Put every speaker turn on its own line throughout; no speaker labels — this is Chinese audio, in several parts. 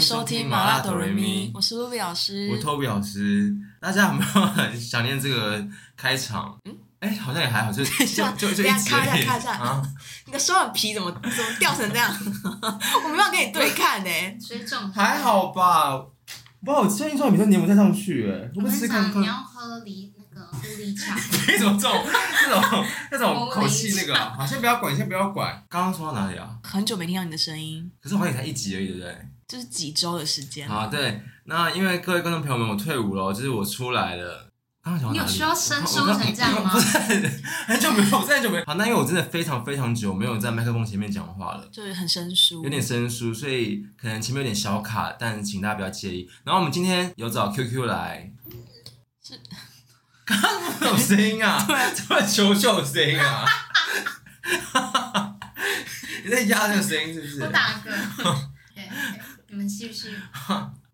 收听麻辣哆瑞咪，我是露比老师，
我 Toby 老师。大家有没有很想念这个开场？嗯，哎、好像也还好，就
等一下
就就就
等一
一
下
直
看一下
而已
看一下
啊。
你的双眼皮怎么怎么掉成这样？ 我没有跟你对看呢、
水肿
还。好吧，不知道我最近双眼皮都粘不太上去、哎，我
我
不
跟
试
你
试看
讲，
看
你。要喝梨那个狐 狸茶，
为什么 这种这种这种口气那个啊？好，先不要管，先不要管。刚刚说到哪里啊？
很久没听到你的声音，
可是好像也才一集而已，对不对？
就是几周的时间。
好，对，那因为各位观众朋友们，我退伍了，就是我出来了。刚刚讲到
你
哪
有
里
需要生疏成这样吗
不？是， 很久没有，我真的很久没有。好，那因为我真的非常非常久没有在麦克风前面讲话了。
就是很生疏，
有点生疏，所以可能前面有点小卡，但请大家不要介意。然后我们今天有找 QQ 来，
是
刚刚怎么有声音啊？
对
怎么球球有声音啊？ 你在压这个声音是不是
我？打嗝。 对，对你们继续。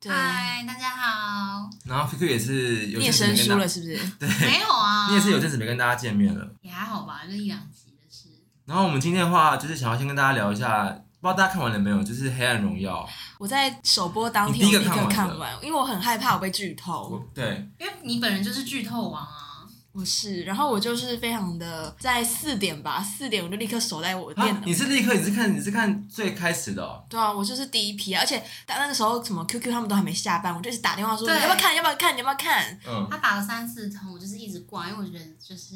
对，
嗨，大家好。
然后 QQ 也是有
你也
阵子没
生
跟
疏
大
了，是不是？
没有啊。
你也是有阵子没跟大家见面了。
也还好吧，就一两集的事。
然后我们今天的话，就是想要先跟大家聊一下，不知道大家看完了没有？就是《黑暗荣耀》
我在首播当
你
天
第
我
一个
立刻
看完
看
的
完，因为我很害怕我被剧透。
我，对，
因为你本人就是剧透王啊。
我是，然后我就是非常的在四点吧，四点我就立刻守在我的电
啊
脑，
你是立刻你是看你是看最开始的、哦，
对啊，我就是第一批啊，而且但那个时候什么 QQ 他们都还没下班，我就一直打电话说你
对
要不要看，要不要看，你要不要看？
嗯，
他打了三四通，我就是一直挂，因为我觉得就是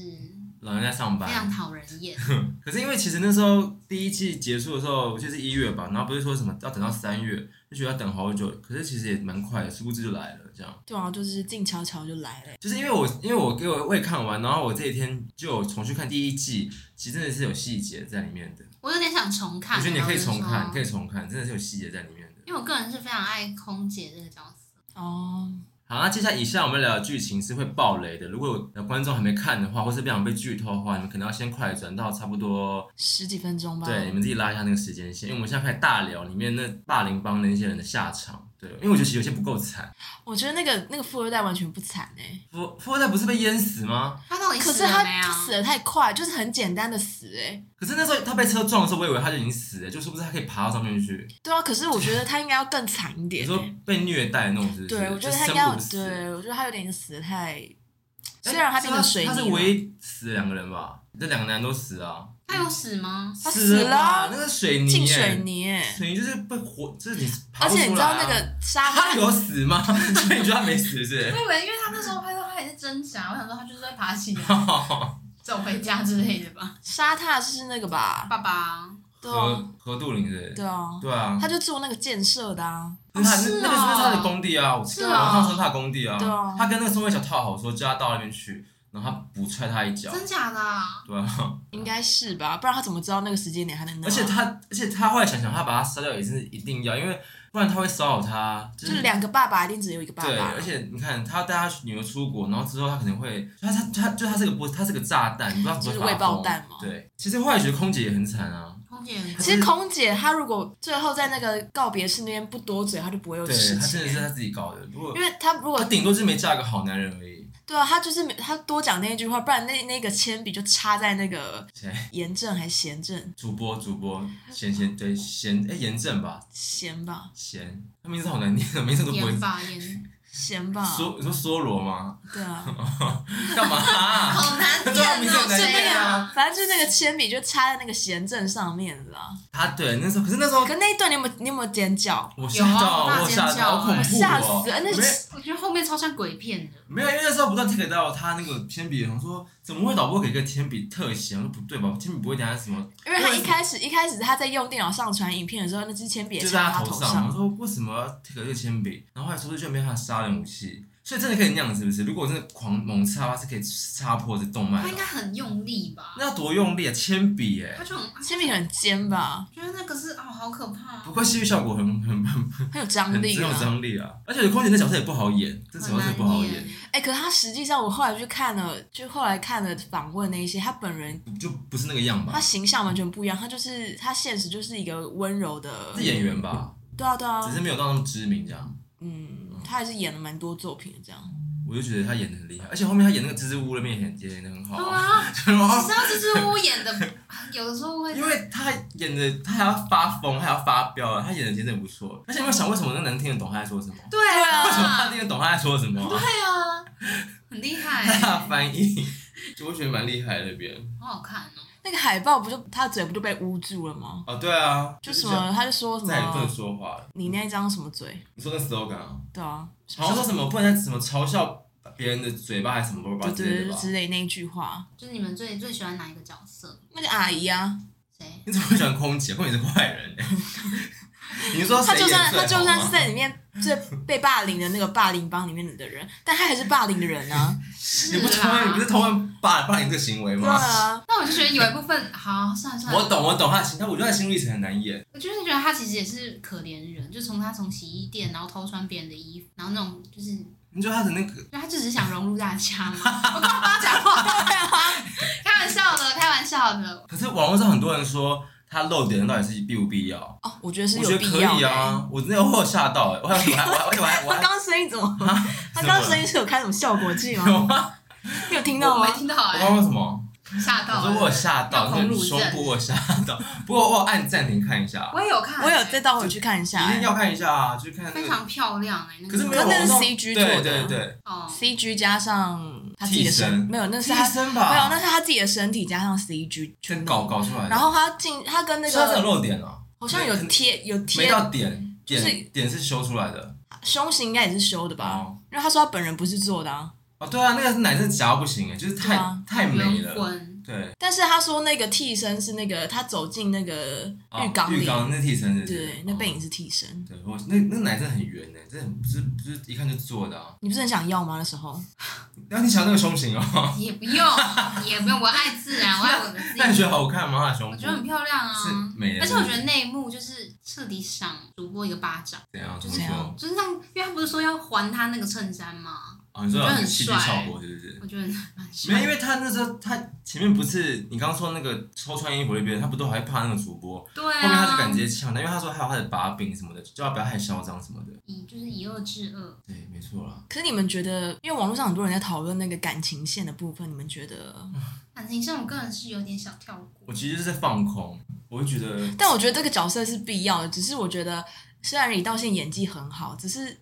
老人在上班
非，常讨人厌。
可是因为其实那时候第一季结束的时候，我记得是一月吧，然后不是说什么要等到三月，就觉得要等好久，可是其实也蛮快的，殊不知就来了这样。
对啊，就是静悄悄就来了、
就是因为我因为我给我未看完，然后我这几天就有重去看第一季，其实真的是有细节在里面的。
我有点想重看。
我觉得你可以重看，可
以。
以重看，真的是有细节在里面的。
因为我个人是非常爱空姐这个角色。
哦，
好，那接下来以下我们聊的剧情是会爆雷的，如果有呃观众还没看的话，或是不想被剧透的话，你们可能要先快转到差不多
十几分钟吧。
对，你们自己拉一下那个时间线，因为我们现在开始大聊里面那霸凌帮的那些人的下场。对，因为我觉得其实有些不够惨，
我觉得那个那个富二代完全不惨哎、
富富二代不是被淹死吗？
他到底
可
死
是
了
他
没
他
啊？
死的太快，就是很简单的死哎、
可是那时候他被车撞的时候，我以为他就已经死了，就是不是他可以爬到上面去？
对啊，可是我觉得他应该要更惨一
你
点、
说
欸。
被虐待那种是不是？
对，我觉
就
得他应
生
该要
不如死
对，我觉得他有点死的太，
哎
虽然他变成水泥
他
了
是唯一死的两个人吧？这两个男人都死了啊，
他有死吗？
他
死
死了
吧
啊
那个水泥
进
耶
水，泥哎、
水泥就是被火，就是你爬
而
不出
且
来啊
你知道那个 啊沙
他
发
有死吗？所以你觉得他没死是不
我
是？
以为，因为他那时候拍到他也是挣扎，我想说他就是在爬 起来走回家之类的吧。
沙踏是那个吧？
爸爸，
对啊，
何何杜林是不是？
对啊，
对啊，
他就做那个建设的啊。
那他那
是哦
那个是他的工地啊，我
是
我
哦
上说他的工地啊
对啊，
他跟那个宋慧乔套好，说叫他到那边去，然后他补踹他一脚，
真假的啊？
对啊，
应该是吧，不然他怎么知道那个时间点还能那？
而且他而且他后来想想，他把他杀掉也是一定要，因为不然他会骚扰他，就
就是是两个爸爸，一定只有一个爸
嗯对，
爸
而。且你看他带他女儿出国，然后之后他可能会，他他他就他是个波，他是个炸弹，你不知道怎么
就是
发
未爆
疯
弹嘛
对，其实后来觉得空姐也很惨啊，
空姐很可
其实空姐她如果最后在那个告别式那边不多嘴，她就不会有
对，
事
她
情
真的。是她自己搞的，如果
因为她如
她
果
顶多就是没嫁个好男人而已，
对啊，她就是没她多讲那一句话，不然那那个铅笔就插在那个
谁？
炎症还是贤症
主播主播贤贤对贤哎严正吧，
贤吧
贤，他名字好难念啊，名字都不会
演。吧 演，
贤吧，
梭你说梭罗吗？
对啊，
干嘛、 啊？
好难
这个名字很
念哦，
难
谁
念
呀？
啊！
反正就是那个铅笔就插在那个贤症上面了啊。
他对那时候，可是那时候
可那一段你有啊没有你有没有尖叫？
我吓到，
有啊
我吓
大尖叫
到，好恐怖、哦，
吓死了！那
没
我觉得后面超像鬼片的。
没有，因为那时候不断 take 到他那个铅笔，我说怎么会导播给一个铅笔特写？我说不对吧，铅笔不会等下什么，
因为他一开始一开始他在用电脑上传影片的时候，那支铅笔也
就
插
在
在
他
他
头
头
上。
上
我。说为什么要 take 这个铅笔？然后后来说这居然变成他的杀人武器，所以真的可以那样，是不是？如果我真的狂猛插，他是可以插破这动脉
他
的
应。该很用力吧？
那要多用力啊！铅笔哎
他，就很，
铅笔很尖吧，
我觉得那个是哦，好可怕
不
哦，
过戏剧效果很 很很
很有张
很很
力
有
啊。
张力啊！而且空姐那角色也不好演，这角
很
色
难
不好
演
演，。
哎、可是他实际上，我后来去看了，就后来看了访问那一些，他本人
就不是那个样
他
吧？
形象完全不一样，他就是他现实就是一个温柔的
是，演员吧？
对啊对啊
只，是没有到那么知名这样。
嗯，他还是演了蛮多作品的这样。
我我就觉得他演的很厉害，而且后面他演那个蜘蛛屋那边也演也演的很好
对
啊，
啊，
就是说
你知道蜘蛛屋演的， 有的时候会
因为他演的他还要发疯，还要发飙啊，他演的真的不错。而且有没有想为什么那个人听得懂他在说什么？
对
为什么 他
啊，
听得懂他在说什么啊、
对啊，很厉 害、
他
欸
的，翻译，就我觉得蛮厉害的那边。
好好看哦。
那个海报不就他的嘴不就被捂住了吗？
哦，对啊，
就什么，他就说什
再也不能
么
说话了。
你那张什么嘴，
你说那 slogan 啊，
对啊，
好像说什么不能再什么嘲笑别人的嘴巴还是什么巴拉巴
对
拉之类
对
的
对
吧？
之类那一句话，
就是你们最最喜欢哪一个角色？
那个阿姨啊，
谁？
你怎么会喜欢空姐？空姐是坏人、欸。你说
她
谁演
就
最好吗
算她就算是在里面最被霸凌的那个霸凌帮里面的人，但她还是霸凌的 人啊，
是
你不同意，你不是
啦。
同意霸霸凌这个行为
对
吗？
啊，
那我就觉得有一部分，好，算了算了。
我懂，我懂他的心，但我觉得他的心路历程很难演。
我就是觉得他其实也是可怜人，就从他从洗衣店，然后偷穿别人的衣服，然后那种就是，
你觉得他的那个
就他就只是想融入大家嘛。我干嘛帮他讲话？ 开玩笑的，开玩笑的。
可是网络上很多人说他露点到底是必不必要？
哦，我觉得是
我觉
有
得
必
可
要
以
的、欸
啊，我真的我有吓到哎、我还我还我还而且我还我
他
还
刚刚声音 怎么？他刚刚声音是有开什么效果器吗？
有吗？
你有听到
我
吗
没？听到
我
哎、
刚刚什么？
吓
我
到
说
了。
我有吓到，
要恐
那
入
个胸
阵
部我有吓到，不过我有按暂停看一下，
我也有看、欸
我有再倒回去看一下、
一定
欸，
要看一下啊，就是看那
非
个，
常漂亮哎、那个
嗯可是没有
可是那
网
是
络
CG 做
对
的
对对，
哦，
C G 加上他自己的
替
身，
身
没有，那是
替
他
身
没有，
吧，
那是他自己的身体加上 C G
全
全弄
搞。搞出来的，
然后他进，他跟那
所以他是有
个
露点啊，
好像有贴有
没
贴
到点，
就是
点点是修出来的
胸型，应该也是修的吧？
哦
因为他说他本人不是做的啊，
哦，
哦
对啊，那个是男生夹到不行哎，就是太
对啊
太美
灵
了，
魂。
对，
但是他说那个替身是那个他走进那个
哦
浴缸
浴
里，
缸那替身是不是
对，那背
哦
影是替身。
对，我那那奶真的很圆呢，真的很不是不是一看就做的啊。
你不是很想要吗？那时候
那你想那个胸型哦，
也不用，也不用，我爱自然，我爱我的自
那你觉
己。
得好看吗？她的胸
我
部
觉得很漂亮
嗯是
啊，
美的，
而且我觉
是
得那一幕就是彻底赏主播一个巴掌。
怎样？
就
怎
是
么
这样
说？
就是让，因为他不是说要还他那个衬衫吗？
哦，你说
我觉得
有
很
戏剧
帅
欸
效果是不是？
我觉得蛮
没有，因
帅。
为他那时候他前面不是你刚刚说那个偷穿衣服那边，他不都还怕那个主播，
对啊，
后面他就敢直接呛他，因为他说还有他的把柄什么的，叫他不要太嚣张什么的。
以就是以恶制恶，
对，没错啦。
可是你们觉得，因为网络上很多人在讨论那个感情线的部分，你们觉得？
感情上我个人是有点小跳
我
过。
其实就是在放空，我就觉得
但我觉得这个角色是必要的，只是我觉得虽然李道宪演技很好，只是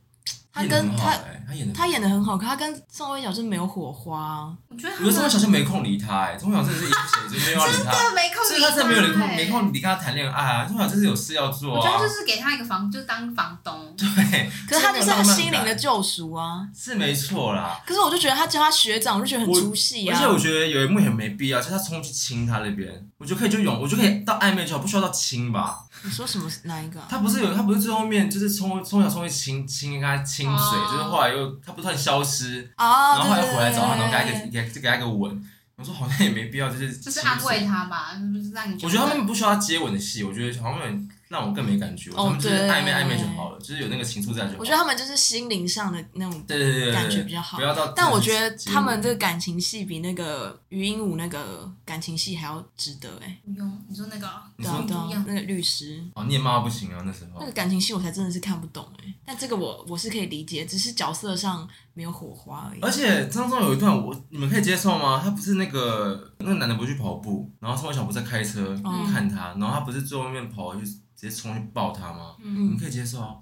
他
演的
跟
很好
他
哎，他演的
他演的很好，可他跟宋慧乔是没有火花啊、
我觉得
我觉
他
得宋
们
小就没空理他哎，宋小真的是一不闲就没有要理他。
没空
所
理
以他真的没有理空，
欸
没。空你跟他谈恋爱啊。他好像就是有事要
我
做
觉得
啊
他。就是给他一个房，就当房东。
对，
可是他就
没有
是他
浪漫感
心灵的救赎啊。
是没错啦。
可是我就觉得他叫他学长，我就觉得很出戏
而
啊
且。我觉得有一幕很没必要，就是他冲去亲他那边，我就可以就用，我就可以到暧昧就好，不需要到亲吧。
你说什么哪一个啊、
他不是有，他不是最后面就是冲冲小冲去亲亲跟他亲嘴，
哦
就是后来又他不算消失，
哦，
然后后来回来找他，然后
对
给他一
对对对对
个给就给他一个吻。我说好像也没必要，就是
就是
亲
安慰
嘴。
他吧，就是让你
我觉得他们不需要接吻的戏，我觉得好像有点让我更没感觉。
哦
他们就是
对
暧昧暧昧就好了，就是有那个情愫在就好。
我觉得他们就是心灵上的那种
对对对对对
感觉比较好
不。要到。
但我觉得他们
这
这个感情戏比那个余英武那个感情戏还要值得哎、
不用你说那个哦，
你
对
说
啊
不
对
一
啊
样，
那个律师
哦，你也骂到不行啊，那时候
那个感情戏我才真的是看不懂哎、但这个我我是可以理解，只是角色上没有火花而已。
而且当中有一段我你们可以接受吗？他不是那个那个男的不是去跑步，然后宋慧乔不是在开车、
嗯
看他，然后他不是最后面跑去直接冲去抱他吗？你
嗯
们，可以接受啊？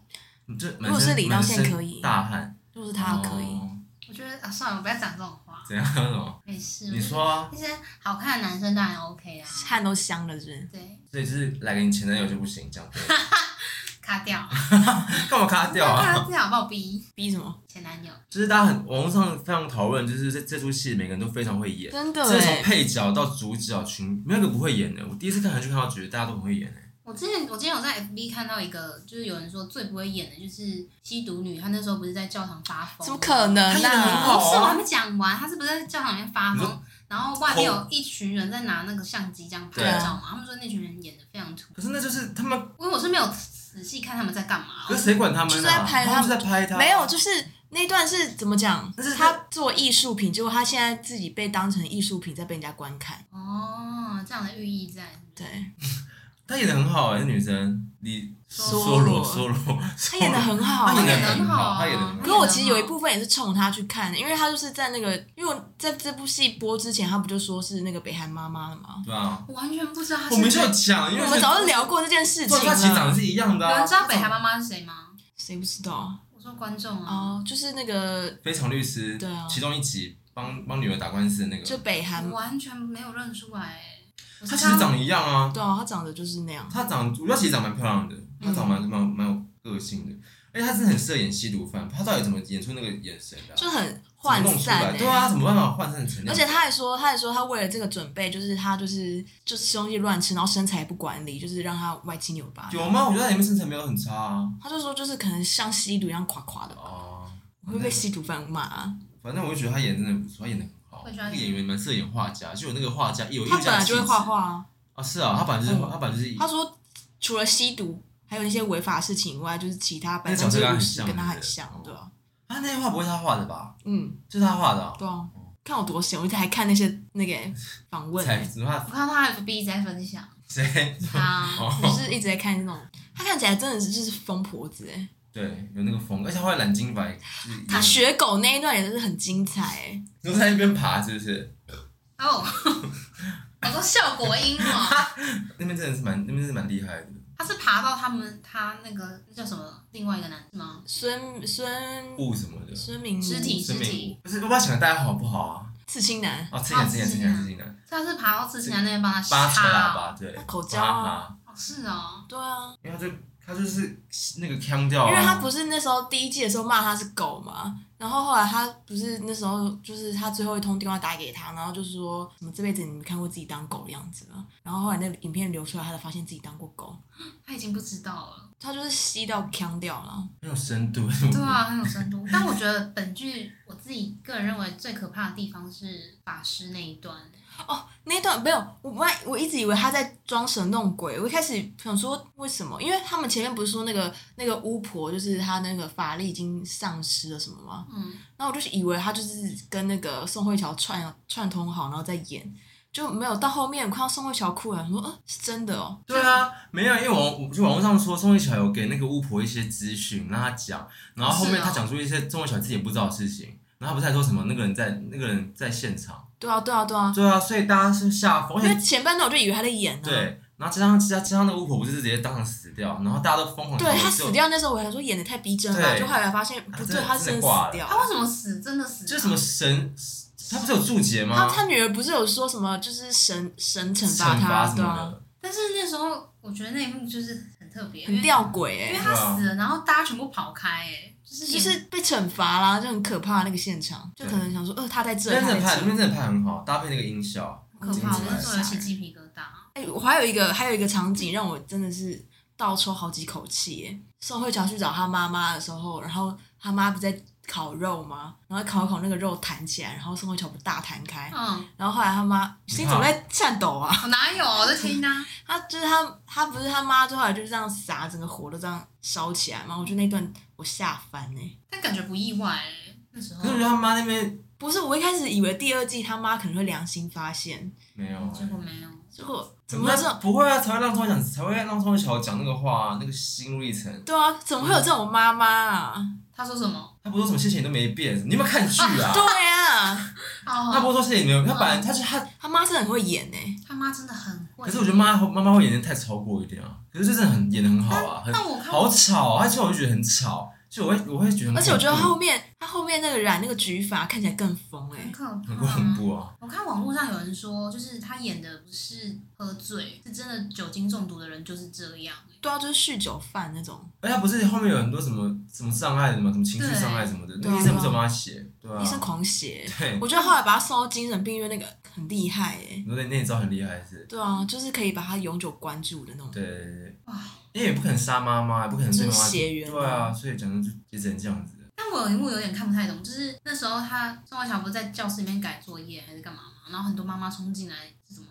你这
如果是李道宪可以
满身大汉
如果是他可以，
哦
我觉得啊，算了，我不要讲这种话，
怎样？什么？
没事。
嗯
你说啊，
那些好看的男生当然 OK 啊，
汗都香了是不是？
对，
所以就是来个你前男友就不行，这样 对
卡掉，
干嘛卡掉啊？
卡掉，把我逼
逼什么？
前男友。
就是大家很网络上非常讨论，就是这这出戏每个人都非常会演，
真的
这是
哎、
从配角到主角群，没有一个不会演的。我第一次看韩剧看到觉得大家都很会演的。
我之前我之前有在 FB 看到一个，就是有人说最不会演的就是吸毒女，她那时候不是在教堂发疯？
怎么可？能
他演得很
啊？
好
不是，我还没讲完，她是不是在教堂里面发
你
疯
说？
然后外面有一群人在拿那个相机这样拍
对啊
照嘛，他们说那群人演的非常土，
可是那就是他们，
因为我是没有仔细看他们在干嘛。
可是谁管他们、啊？
哦就是在拍他
他们就在拍他，
没有，就是那段是怎么讲？
但是他
他做艺术品，结果他现在自己被当成艺术品在被人家观看。
哦哦，这样的寓意在。
对，
她演的很好哎、那女生李
梭
梭
罗
罗梭罗，
她演的很好、欸
她哦演
演
的
得
很
很好啊
她演的很
可
好。
是我其实有一部分也是冲他去看的，因为他就是在那个，因为我在这部戏播之前，他不就说是那个北韩妈妈了吗？
对啊，
我完全不知道他是
我们就讲，因为
我们早就聊过这件事情
她其实长
了
得。是一样的、
有
啊。
人知道北韩妈妈是谁吗？
谁不知道？
我说观
嗯
众啊，
哦，就是那个，
非常律师，
对啊
其中一集帮帮女儿打官司的那个，
就北韩
我，完全没有认出来欸。我是
她其实
刚
长得一样啊，
对啊，他长得就是那样。
她长，我觉得她其实长蛮漂亮的，她长蛮蛮蛮有个性的，而且她真的很适合演吸毒犯，她到底怎么演出那个眼神的、啊？
就很
怎
涣
么弄出来
散、欸，
对啊，怎么办法涣散成那
而
样？
且他还说，他还说他为了这个准备，就是他就是就是吃东西乱吃，然后身材也不管理，就是让他歪七扭八。
有吗？我觉得她里面身材没有很差啊。
他就说就是可能像吸毒一样垮垮的吧，
哦，
我会被吸毒犯骂、啊。
反正我就觉得她演得真的不错，她演的很好。
我觉得
那
她
个演员蛮适合演画家，就有那个画家有艺
他
术
本
家
来
的气
就
质
会画画啊，
啊，是啊，她本来就是
嗯
她本来就是
他说除了吸毒，还有一些违法事情以外，就是其他百
那
分
角
之
色
五
跟他很
十
像对不对哦，
跟他很像对吧、
啊，那些画不会是她画的吧？
嗯，
这是她画的哦。
对啊。看我多闲，我一直还看那些那个访问、
才
欸，
只画
我看到他 FB 在分享
谁？
他，
哦，
就是一直在看那种，他看起来真的是就是疯婆子哎、欸
对，有那个风，而且后来染金白，就是一
他
样
学狗那一段也是很精彩哎、
都在那边爬，是不是？
哦， 我说效果音哦，
那边真的是蛮，那边真的蛮厉害的。
他是爬到他们他那个那叫什么另外一个男是吗？
孙孙
雾什么的，
孙明
尸体
生
尸
命
体，
雾，不是我不知道想的大家好不好啊？
刺青男，
哦，吃起来，
哦
吃起来，吃
刺
起
青
来，
啊
吃起来，
他是爬到之前那边帮他
八车喇
擦哦，
叭，对，
口交
巴
啊
哈，
哦是哦，
对啊，
因为他就他就是那个腔调啊，
因为他不是那时候第一季的时候骂他是狗嘛，然后后来他不是那时候就是他最后一通电话打给他，然后就说什么这辈子你没看过自己当狗的样子吗？然后后来那影片流出来，他才发现自己当过狗，
他已经不知道了。
他就是吸到腔掉了，
很有深度，
对啊，很有深度。但我觉得本剧我自己个人认为最可怕的地方是法师那一段，
哦那一段没有，我本来我一直以为他在装神弄鬼，我一开始想说为什么？因为他们前面不是说那个那个巫婆就是她那个法力已经丧失了什么吗？
嗯，
然后我就是以为他就是跟那个宋慧乔串串通好，然后再演，就没有到后面我看到宋慧乔哭了，我说呃是真的哦，
对啊，没有，因为网我就网络上说宋慧乔有给那个巫婆一些资讯让她讲，然后后面
啊
是哦
她讲出一些宋慧乔自己也不知道的事情，然后她不是还说什么那个人在那个人在现场，
对啊对啊对啊，
对啊，所以大家是下风，而
因
且
为前半段我就以为他在演呢、啊，
对，然后加上加加上那个巫婆不是直接当场死掉，然后大家都疯狂
对，他死，掉那时候我还说演的太逼真了，
对
就后来发现不对，
他真的
他真的
真的挂
死
了
掉
他。为什么死？真的死？
就是什么神，他不是有注解
他
吗？
他女儿不是有说什么，就是神神惩
惩
罚
罚
他，
什
对
么
啊，
的，
但是那时候我觉得那一幕就是很特别，
很
因为
吊诡哎、
因为他
啊
死了，然后大家全部跑开，哎，就是
就
也
是被惩罚啦，就很可怕那个现场，就
对
可能想说，呃，他在这，
那边真
他
的
在
拍，
这
那，边真的拍很好，搭配那个音效，
很可
精
怕，
彩
我那时候有起鸡皮疙瘩。
哎、我还有一个还有一个场景让我真的是倒抽好几口气耶。宋慧乔去找她妈妈的时候，然后她妈不在烤肉吗？然后烤一烤那个肉弹起来，然后宋慧乔不大弹开，
嗯，
然后后来她妈心怎么在颤抖啊？
我哪有？我在听呢。
她就是她她不是她妈，最后来就是这样撒，整个火都这样烧起来嘛。我觉得那段我吓翻呢。
但感觉不意外，哎那时候
可是我觉得他妈那边
不是，我一开始以为第二季他妈可能会良心发现，
没有，
结果没有。
结果怎
怎
么
么
会有这种？
不会啊？才会让宋慧乔才会让宋慧乔讲那个话、那个心路历程。
对啊，怎么会有这种妈妈啊？
他说什么？
他不是说什么谢谢你都没变，你有没有看剧啊？
对啊，
他不
哦，
是说谢谢你没有，他本来他就他，
他妈真的很会演呢。
他妈真的很会。
可是我觉得，妈妈妈会演的太超过一点啊，可是就真的很演的很好啊，很
但我看
好吵啊，而且我就觉得很吵，就我会我会觉得很恐怖，
而且我觉得他后面他后面那个染那个举法看起来更疯哎、
很可
很
怕。
恐怖啊，
我看网络上有人说，就是他演的不是喝醉，是真的酒精中毒的人就是这样、欸
对啊，就是酗酒犯那种。
而且他不是后面有很多什么什么障碍的嘛，什么情绪
对
障碍什么的，那
对啊
个医生不是有帮他写，对啊
医，生狂写，
对，
我觉得后来把他送到精神病院那个很厉害哎、
你说那那一招很厉害是，
对啊，就是可以把他永久关注的那种。
对对对对
哇！
因为也不可能杀妈妈，也不可能对妈
就
妈，
是血缘
对啊，所以讲的就也只能这样子，
但我有一幕有点看不太懂，就是那时候他宋慧乔不是在教室里面改作业还是干嘛嘛，然后很多妈妈冲进来是怎么？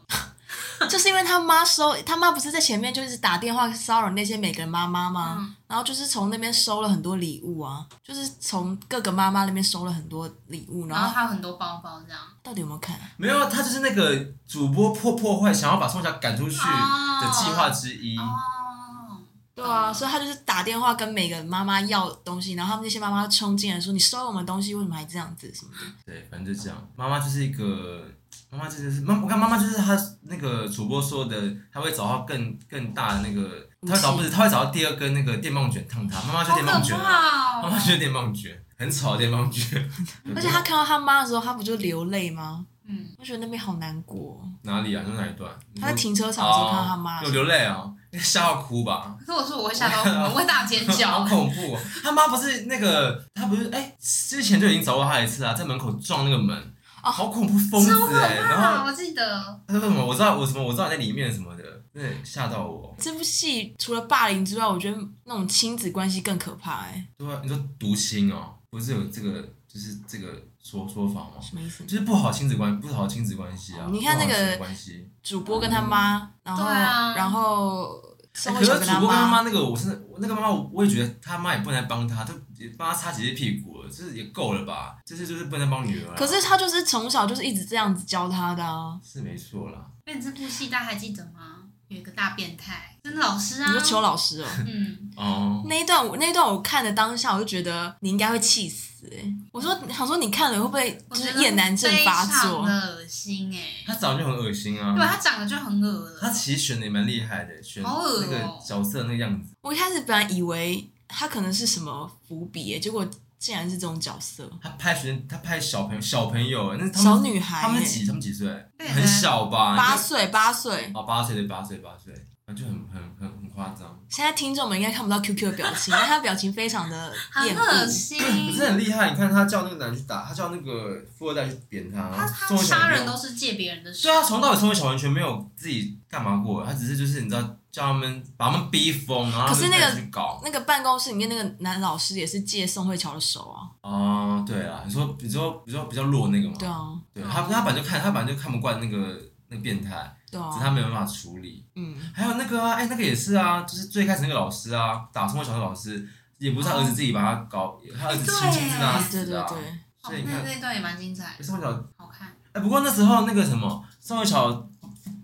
就是因为他妈收，他妈不是在前面就一直打电话骚扰那些每个人妈妈吗？
嗯
然后就是从那边收了很多礼物啊，就是从各个妈妈那边收了很多礼物，然
然后
后
还有很多包包这样。
到底有没有看啊？
没有，他就是那个主播破破坏，想要把宋小赶出去
哦
的计划之一。
哦，
对啊，所以他就是打电话跟每个妈妈要东西，然后他们那些妈妈冲进来说：“你收了我们东西，为什么还这样子什么的
对，反正就这样。妈妈就是一个，妈妈就是妈，我看妈妈就是她那个主播说的，她会找到更更大的那个，她会找不是，她会找到第二根那个电棒卷烫她。妈妈就
好
电棒
可
卷啊，
怕
妈妈就
哦！
电棒卷，很吵的电棒卷。？”
而且他看到他妈的时候，他不就流泪吗？
嗯，
我觉得那边好难过哦。
哪里啊？那哪一段？
他在停车场的时候看到他妈
有，流泪啊，吓到哭吧。
可是我说我会吓到我，我会大尖
好
叫。
恐怖、哦！他妈不是那个，他不是哎、之前就已经找过他一次啊，在门口撞那个门，
哦
好恐怖，疯子
超可
哎、然
怕！
后
我记得
他说什么？我知道我什么？我知道你在里面什么的，真的吓到我。
这部戏除了霸凌之外，我觉得那种亲子关系更可怕哎、
对啊，你说读心哦，不是有这个就是这个说说法吗？
什么意思？
就是不好亲子关，不好亲子关系啊。
你看那个
不好亲子关系，
主播跟他妈，然后、
对啊
然后宋
哎
慧乔
可
跟
是
他
主播跟他
妈，
妈那个，我真的那个妈妈，我也觉得他妈也不能来帮他，都也帮他擦几次屁股了，就是也够了吧？就是就是不能帮女儿啊。
可是他就是从小就是一直这样子教他的啊。
是没错啦。
那你这部戏大家还记得吗？有一个大变态，真的老师啊，
你说邱老师哦，
嗯，
哦，
那一段我那一段我看的当下，我就觉得你应该会气死、欸。我说，想说你看了会不会
我
就
觉
是
得
厌男症
非
发
常
作？
的恶心哎、
他长得就很恶心啊。
对，他长得就很恶
他
了，
其实选的也蛮厉害的，选
好恶哦
那个角色那个样子。
我一开始本来以为他可能是什么伏笔、欸，结果竟然是这种角色，
他拍学，他拍小朋友，小朋友，欸那他们
小女孩、
他们
欸，
几，他们几岁？
对
很小吧？
八岁八岁。
哦，八岁对，八岁八岁，啊就很很很很夸 张，
现在听众们应该看不到 QQ 的表情，但他表情非常 的
很
厌
恶
恶。
心。
可是很厉害。你看他叫那个男去打，他叫那个富二代去扁他，
他他
宋慧乔也
杀
没有
人都是借别人的手，
对啊，从头到尾宋慧乔完全没有自己干嘛过，他只是就是你知道叫他们把他们逼疯，然后他
可是
们
那个
再去搞。
那个办公室里面那个男老师也是借宋慧乔的手啊，
哦，对啊，你说你说你说比较弱那个吗？
对啊，
对他，他本来就看，他本来就看不惯那个那个变态，
对
只是
啊，
他没有办法处理。
嗯，
还有那个啊，哎、那个也是啊，就是最开始那个老师啊，打中国小的老师，也不是他
哦
儿子自己把他搞，他儿子亲亲自打
啊
打
对
死
对
的、啊。
对，
哦
所以你
那
看，哎
那一段也蛮精彩，
宋慧乔，
好看。
哎、不过那时候那个什么，宋慧乔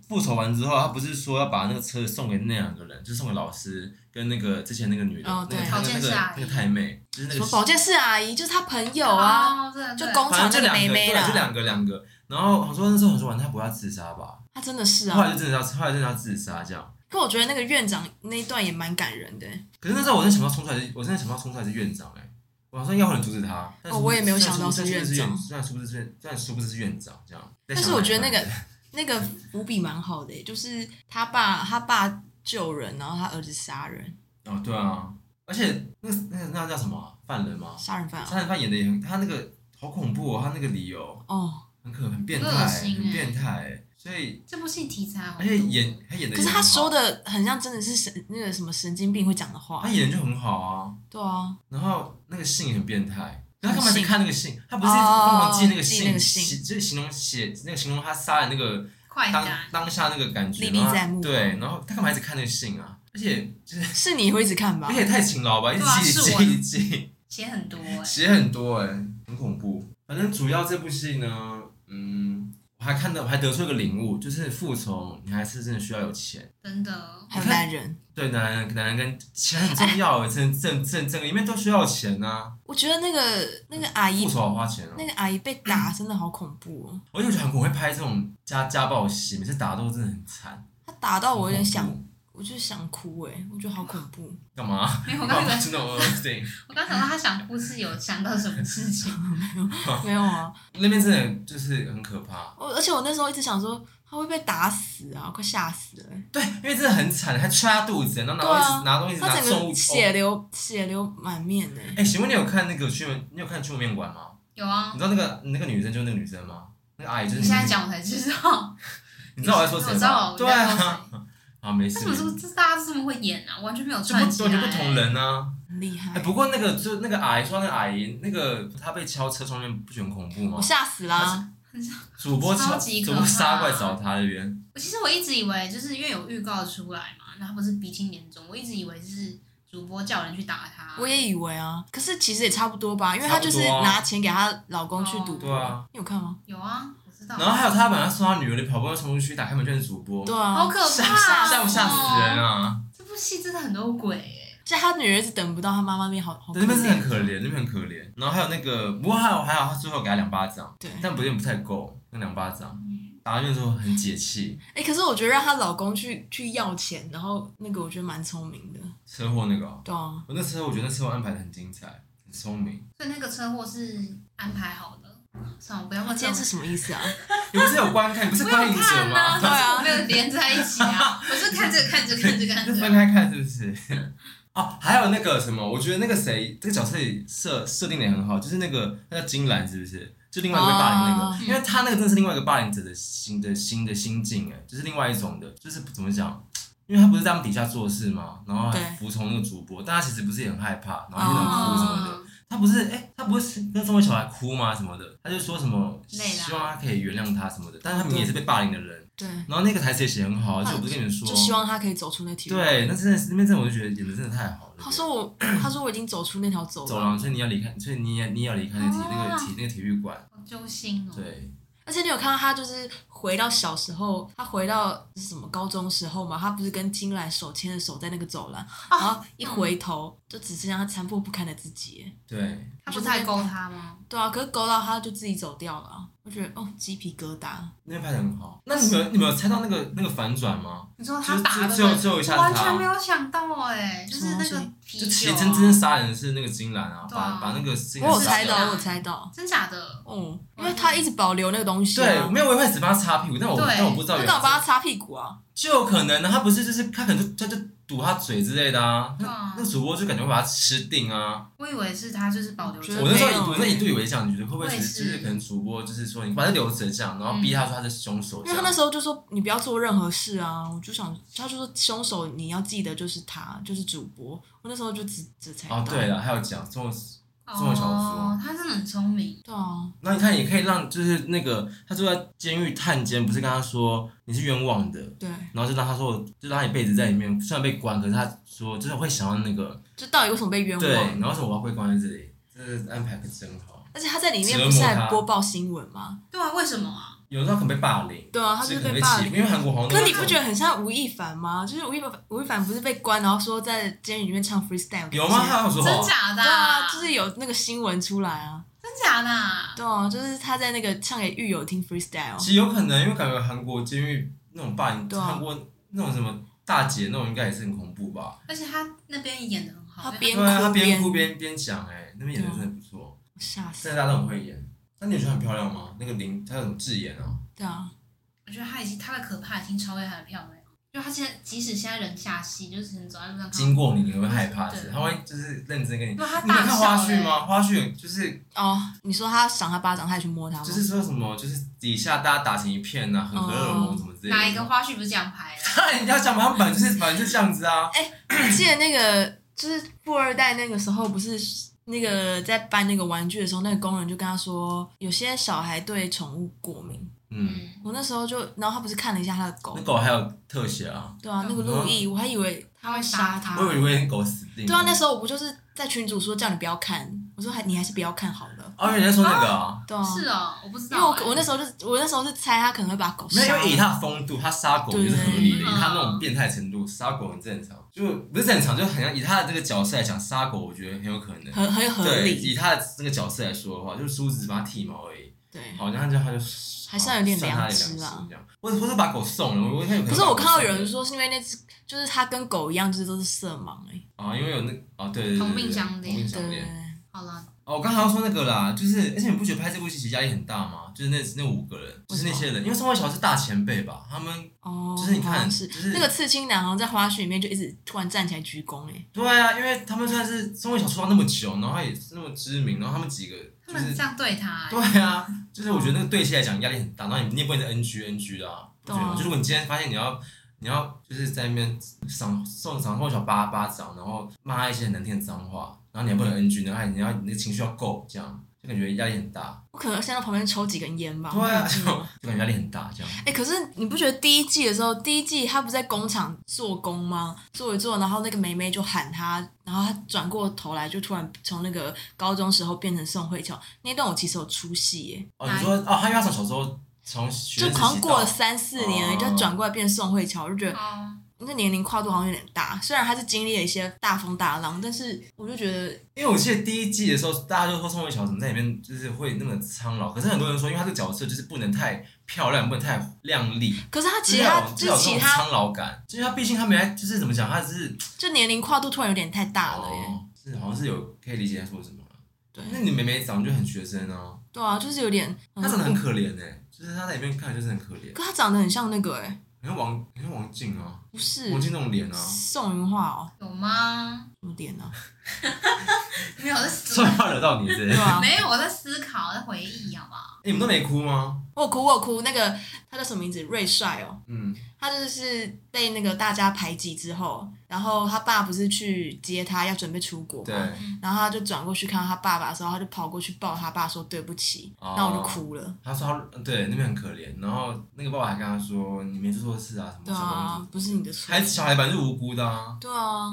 复仇完之后，他不是说要把那个车送给那两个人，就送给老师跟那个之前那个女的，
哦
那
对
个她那
保健室
个
阿姨
那个太妹，就是那
什
个
么保健室阿姨就是他朋友啊，
哦，对
就
对
工
反
厂
正
那
就两
个妹
个，
妹
对，就
啦，
两个两个。然后我说那时候我说，完，他不要自杀吧？
她真的是
后
啊。
来就真的要，后来真的要自杀这样。
可我觉得那个院长那一段也蛮感人的欸、
可是那时候我真的想到冲出来是，我真的想到冲出来是院长哎、我好像要很阻止他。但是
哦我也没有想到是
但是
院
是
长
虽然殊不知是院，虽然殊不知是院长这样。
但是我觉得那个 那个伏笔蛮好的欸、就是他爸他爸救人，然后他儿子杀人，
哦，对啊，而且那个那个那个叫什么啊、犯人吗？
杀人犯啊
杀人犯演的也很，他那个好恐怖哦，他那个理由
哦。
很可很变态，
很恶心欸
很变态欸、所以
这部戏题材好
而
多，
且演他演的，哎
嗯可是他说，的很像真的是神那个什么神经病会讲的话
他，演的就很好啊。
对啊，
然后那个信很变态，他干嘛
信
去看那个信？他不是
哦
一直疯狂记那个
记那个
信，
信
写就是形容写那个形容他杀人那个
快
当
感，
当下那个感觉，
历历
然后
在目
对，然后他干嘛一直看那个信啊？而且 就是
是你会一直看吧
而？且太勤劳吧，一直
对啊
记
是
记
我
记记，
写很多哎、
写很多哎、很恐怖。反正主要这部戏呢，嗯，我还看到我还得出一个领悟，就是复仇你还是真的需要有钱。
真的。
还有男人，
对，男人男人跟钱很重要欸，整整整整个里面都需要钱啊，
我觉得那个那个阿姨
复仇好花钱哦、
那个阿姨被打真的好恐怖哦，
我就觉得韩国会拍这种家家暴戏，每次打斗真的很惨。
她打到我有点
很
想
恐，怖
我就想哭哎、我觉得好恐 怖。
干嘛？
没有，我刚
干嘛
刚以
哦 真
为
的 overthink？
我刚想到他想哭是有想到什么事情，
没有啊，
那边真的就是很可怕，
我而且我那时候一直想说，他会被打死啊，快吓死了欸、
对，因为真的很惨，还踹他肚子，然后拿
对
东
啊
西，拿东西
他
拿
整
重
个
物。
血
哦
流、血流满面呢、欸
哎、请问你有看那个驱魔？你有看驱魔面馆吗？
有啊
你，知道那个那个女生就是那个女生吗？那个阿姨就是
你
你
现在，讲我才知道，
嗯你知道我在说谁
我知道
吗？
我
对
在说
啊，
谁
啊没
为
事
什，么这这大家这么会演啊？完全没有
就不
串起
就
来、
就不同人啊。
很厉害
哎、。不过那个就那个阿姨说那个阿姨那个她被敲车窗面不是很恐怖吗
我？吓死啦、啊
主播
超
找
级
主
可怕
播杀怪找他的人，
其实我一直以为就是因为有预告出来嘛，然后不是鼻青脸肿，我一直以为是主播叫人去打他。
我也以为啊，可是其实也差不多吧，因为她就是
差不多啊
拿钱给她老公去
哦
赌博。
对啊。
你有看吗？
有啊，我知道。
然后还有他本来送他女儿的跑步冲出去打开门就是主播，
对啊，
好可
吓
怕、哦，
吓不吓死人！啊？
这部戏真的很多鬼哎、
就她女儿是等不到她妈妈那边，好好可
那边是很
怜。
可怜，那边很可怜。然后还有那个，不过还有还好，他最后给他两巴掌，
对，
但不有点不太够，那两巴掌
嗯
打完之后很解气。
哎、可是我觉得让她老公去去要钱，然后那个我觉得蛮聪明的。
车祸那个哦，
对啊，
我那车祸我觉得那车祸安排的很精彩，很聪明。
所以那个车祸是安排好的。算了，我不要
那
问
今天
这种
是。什么意思啊？
你不是有观看，你不是
我
观
有
影者
看 啊，
吗？
对啊
我没有连在一起 啊，我是看着看着看着看
就
着
分。开看是不是？ 哦，还有那个什么，我觉得那个谁，这个角色也设设定的也很好，就是那个那叫金兰是不是？就另外一个被霸凌那个，
哦
因为他那个真的是另外一个霸凌者的新的新的心境哎，就是另外一种的，就是怎么讲？因为他不是在他们底下做事嘛，然后还
对
服从那个主播，但他其实不是也很害怕，然后就很哭什么的。
哦
他不是哎、他不是跟中国小孩哭吗？什么的，他就说什么
累啦
希望他可以原谅他什么的，但是他明明也是被霸凌的人。
对，
然后那个台词也写得很好，而且我不是跟你们说，
就希望她可以走出那条。，
对，那真的是那边真的，我就觉得演的真的太好了。
她说我， 她说我已经走出那条走
走
廊。
廊，所以你要离开，所以你也你也要离开那体、
啊
那个体那个体育馆。
好揪心
嗯
哦。
对，
而且你有看到她就是回到小时候，她回到是什么高中时候嘛？她不是跟金兰手牵着手在那个走廊，然后一回头就只剩下她残破不堪的自己耶。
对，
他不是还勾他吗？
对啊，可是勾到她就自己走掉了啊，我觉得哦鸡皮疙瘩。
那边拍的很好。那你们有你们有猜到那个那个反转吗？
你说
就
他
是
打的
最后最后一下
我
是
完全没
他，
有想到哎、就是那
什么
个
东
啤酒、
就
啊，
其实真正杀人的是那个金兰啊，
对
把
啊
把那个事情
我有
杀
猜
掉
到，我有猜到。
真假的，
哦，因为她一直保留那个东西、啊。
对，没有，我一开始帮他擦屁股，但我
对
但我不知道
那
原
干嘛帮
来
她擦屁股啊？
就有可能呢，他不是就是他可能就他就堵他嘴之类的啊，
对啊
那那主播就感觉会把他吃定啊。
我以为是他就是保留
觉得
着
我那时候
没有欸
一我那一度以为这样，你觉得会不会
我
只
也
是
是
就是可能主播就是说你反正留着这样，然后逼
嗯
他说他是凶手
因
这
为他
样。
那时候就说你不要做任何事啊，我就想，他就说凶手你要记得就是他，就是主播。我那时候就只只猜到。
哦，对了，还有讲中文，这么小
哦，他真的很聪明，
对啊，
那你看也可以让就是那个他坐在监狱探监，不是跟他说你是冤枉的，
对，
然后就让他说就让他一辈子在里面，虽然被关，可是他说就是会想到那个
就到底为什么被冤
对，
枉？
然后说我要被关在这里，这安排可真好。
而且他在里面
折磨
不是还
他
播报新闻吗？
对啊，为什么啊？
有的时候可能被霸凌，
对啊，他就
所以
是
可能被
被霸
欺
凌
负，。因为韩国好像都
可
是
你不觉得很像吴亦凡吗？就是吴亦凡，吴亦凡不是被关，然后说在监狱里面唱 freestyle 给
有吗？
别人
他有说
真
哦，
假的、
对啊，就是有那个新闻出来啊。
真假的、啊，
对啊，就是他在那个唱给狱友听 freestyle。
其实有可能，因为感觉韩国监狱那种霸凌，
对啊
韩国那种什么大姐那种，应该也是很恐怖吧？
而且他那边演的很好，
他
因为
边
对啊，
哭
她边
边
哭边边讲，哎，那边演的真的不错，
吓
啊
死！
现在大家都很会演。那你有觉得很漂亮吗？那个林，她有什么智妍啊？
对啊，
我觉得他已经他的可怕已经超越他的漂亮，就他现在即使现在人下戏，就是可能走在路上看到
经过你，你会害怕
对
是？她会就是认真跟你。
对他
你有
大
看花
笑、欸、
絮吗？？花絮就是
哦，你说他赏他巴掌，他也去摸
哦
他吗？
就是说什么，就是底下大家打成一片呐、啊，很和乐融融什么之类的。
哪 一个？花絮不是这样拍的？
人家讲嘛，他们本来就是反正就是这样子啊。
你记得那个就是富二代那个时候，不是那个在搬那个玩具的时候，那个工人就跟他说，有些小孩对宠物过敏。
嗯，
嗯，
我那时候就，然后他不是看了一下他的狗
那，狗还有特写啊，
对啊，那个路易，我还以为他会杀他
啊。
我以为狗死定了。
对啊，那时候我不就是在群主说叫你不要看，我说还你还是不要看好了。
哦，人家说那个啊。
对啊，
是哦，我不知
因为我
道欸、
我那时候就是我那时候是猜他可能会把狗
没有，
杀
因为以
了。
他的风度，他杀狗就是合理的。以
对
他那种变态程度，杀狗很正常，就不是正常，就很像以他的这个角色来讲，杀狗我觉得很有可能。
很很合
对，
理，
以他的这个角色来说的话，就是梳子把它剃毛而已。
对。
好，那这样他就啊
还算有点
算他
良
的
知
良
啦
心这样，或者或者把狗送了，我我看有
可是我看到
把狗
有
送
人
了
说是因为那只，就是它跟狗一样，就是都是色盲哎、
啊，因为有那啊，对对对对对，
同病相
同病
怜
相
对
怜。
好了，
哦，我刚才要说那个啦，就是而且你不觉得拍这部戏其实压力很大吗？就是那那五个人，就是那些人，因为宋慧乔是大前辈吧，他们
哦，
就是你
好
看，
像
就是是
那个刺青男好像在花絮里面就一直突然站起来鞠躬哎、
对啊，因为他们算是中文小说到那么久，然后也是那么知名，然后他们几个就
他们
是
这样对他、欸，
对啊，就是我觉得那个对戏来讲压力很大，然后你你也不能 NG NG 的、啊，不觉得吗？
对啊
就如果你今天发现你要你要就是在那边赏送赏宋小八巴掌，然后骂他一些很难听的脏话，然后你还
嗯
不能 NG 呢，哎，你要你的情绪要够，这样就感觉压力很大。
我可能先到旁边抽几根烟吧。
对啊，
我
就
觉得
就感觉压力很大，这样。
哎、可是你不觉得第一季的时候，第一季他不是在工厂做工吗？做一做，然后那个梅梅就喊他，然后他转过头来，就突然从那个高中时候变成宋慧乔那段，我其实有出戏耶，
哦，你说哦，他因为他从小时候从学
就
生时期
好像过了
到
三四年而已，
哦
就转过来变宋慧乔，我就觉得
哦，
那年龄跨度好像有点大。虽然他是经历了一些大风大浪，但是我就觉得
因为我记得第一季的时候，大家就说宋慧乔怎么在里面就是会那么苍老，可是很多人说，因为她这个角色就是不能太漂亮，不能太靓丽，
可是他
就
其
是
实
要
他
有
就是
要有
其
那种
他
苍老感，就是她毕竟她没来，就是怎么讲，她只是
就年龄跨度突然有点太大了耶。
哦，是好像是有可以理解她说什么。
对
那你妹妹长得就很学生啊，
对啊，就是有点。
她长得很
嗯
可怜哎、就是她在里面看起来就是很可怜，
可他长得很像那个哎，
很像王，很像王静啊，
不是
王静那种脸啊，
宋云画哦，
有吗？
什么脸呢、
没有我在思
算怕惹到你是不
对
是？哎、
啊，
没有我在思考，我在回忆，好不好？
你们都没哭吗？
我有哭我有哭，那个他叫什么名字？瑞帅哦，
嗯，
他就是被那个大家排挤之后，然后他爸不是去接他，要准备出国
对，
嘛，然后他就转过去看到他爸爸的时候，他就跑过去抱他爸说对不起，
哦
然后我就哭了。
她说她对那边很可怜，然后那个爸爸还跟她说你没做错事啊，什么
对
小公
啊
主，，
不是你的错
还。小孩本来就无辜的啊。
对啊，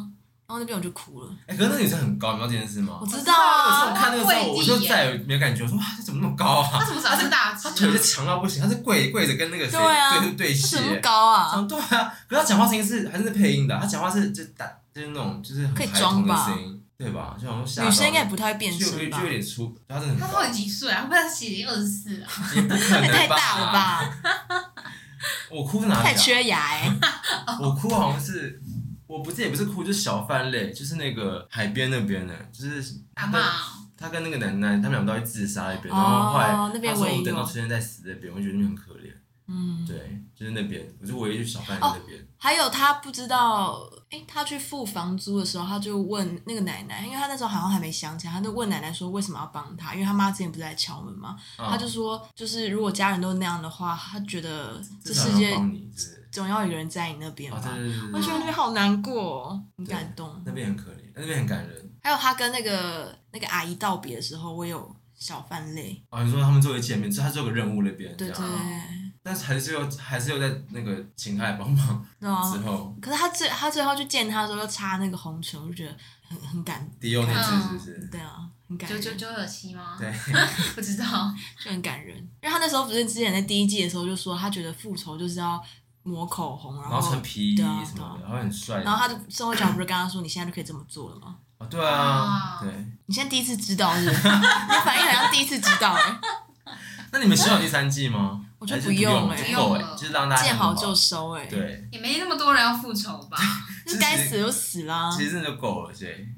然后那边我就哭了。
哎、可是那女生很高，你知道这件事吗
我？知道啊
我，看那个时候，我就再也没有感觉，我说哇，这怎么那么高啊
他？怎么长这么大只
她
啊？
腿是强到不行，她是跪跪着跟那个谁
对啊
对对
他怎么
斜。
高啊？
啊，对啊，可是她讲话声音是还是配音的，啊她讲话是就打就是那种就是很
可以
孩
装
童的
吧
声音，对吧？就好像吓到
女生应该也不太会变
就有
身
就
吧
有？点粗，她真的
他
很高
到，底几岁啊？他不知道写二十四 啊？
也不可
也
能
太大了？吧，
我哭是哪里啊？
太缺牙哎、
我哭好像是，我不是也不是哭，就是小翻泪，就是那个海边那边的，就是他
阿妈
跟
哦，
他跟那个男男，他们两个都去自杀那边，
啊哦
然后后来
那边
他说
我也
我等到
有
出现在死那边，我觉得那边很可怜，
嗯，
对，就是那边，我就我也去小翻泪那边，
还有他不知道，哎、他去付房租的时候，他就问那个奶奶，因为他那时候好像还没想起来，他就问奶奶说为什么要帮他，因为他妈之前不是来敲门嘛，
啊
哦他就说，就是如果家人都那样的话，他觉得这
至少
世
要
界
帮你，是不
总要有人在你那边
是？
吧。
啊，对对对
我
对
觉
对，
得那边好难过、哦，很
对
感动。
那边很可怜，那边很感人。
还有他跟那个那个阿姨道别的时候，我有小泛泪。
啊，你说他们作为见面，就他做个任务那边，这
对对
样，
对，
但是还是又还是又在那个请他来帮忙
然后
之后，
啊可是他最他最后去见他的时候，又插那个红唇，我就觉得很很感，
迪欧那次是不是？
对啊，很感
九
人。
九九有七吗？
对，
不知道。
就很感人。因为他那时候不是之前在第一季的时候就说，他觉得复仇就是要抹口红，然
然后
后
穿皮衣
对啊
什
对啊
么的，然后很帅，
然后他就宋慧乔不是跟他说，你现在就可以这么做了吗？
哦，对啊
啊，
对。
你现在第一次知道是不 是？你反应好像第一次知道哎、
那你们希望有第三季吗？
我觉得
还是
不
不
用
了
欸
不够
不用
欸
了
就是让大家
见
很
好就收哎、欸，
对，
也没那么多人要复仇吧？
那该死就死啦
其。实真的就够了，对。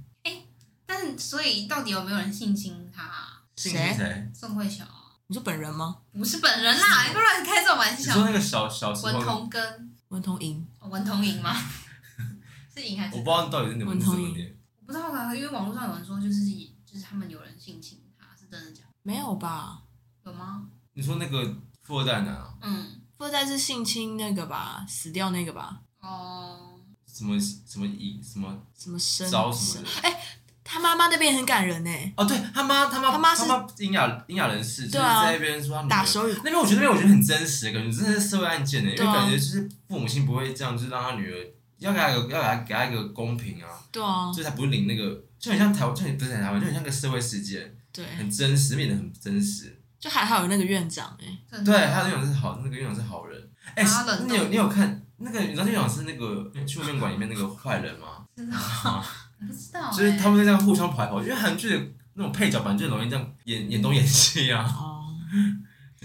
但是，所以到底有没有人性侵他啊？
信是谁？
宋慧乔
你说本人吗？
不是本人啦，你不要乱开这种玩
你说
笑。
那个小小时
文
候，
童跟
文童莹，
哦文童 莹吗？是莹还
我
是？
不知道到底是你们
文
是
童
怎么
莹
念。
我不知道啊，因为网络上有人说就是就是他们有人性侵他，是真的假的？
没有吧？
有吗？
你说那个富二代男啊，
嗯，
不再是性侵那个吧，死掉那个吧，
哦，
什么什么以什么
什么生
招什么的？
他妈妈那边也很感人哎、
哦，对他妈他妈
他妈是
他妈聋哑聋哑人士，就是
对啊
在那边说他女儿
打手语
那边我觉得那边我觉得很真实，感觉真的是社会案件的，因为
对啊
感觉就是父母亲不会这样，就是让他女儿要给他一个要给他给他一个公平啊。
对啊，
哦
所以才不是领那个，就很像台湾，就很不是很台湾，就很像个社会事件，
对，
哎
很真实，变得很真实。
就还好有那个院长哎、
真的啊
对，他的院长是好，那个院长是好人。哎、
然后嗯冷冻
你有你有看那个？你知道院长是那个去面馆里面那个坏人吗？
知 道，
啊，
我不知道欸，
就是他们会这样互相跑来跑去，因为韩剧的那种配角本来就容易这样
嗯
演演东演西 啊。
哦，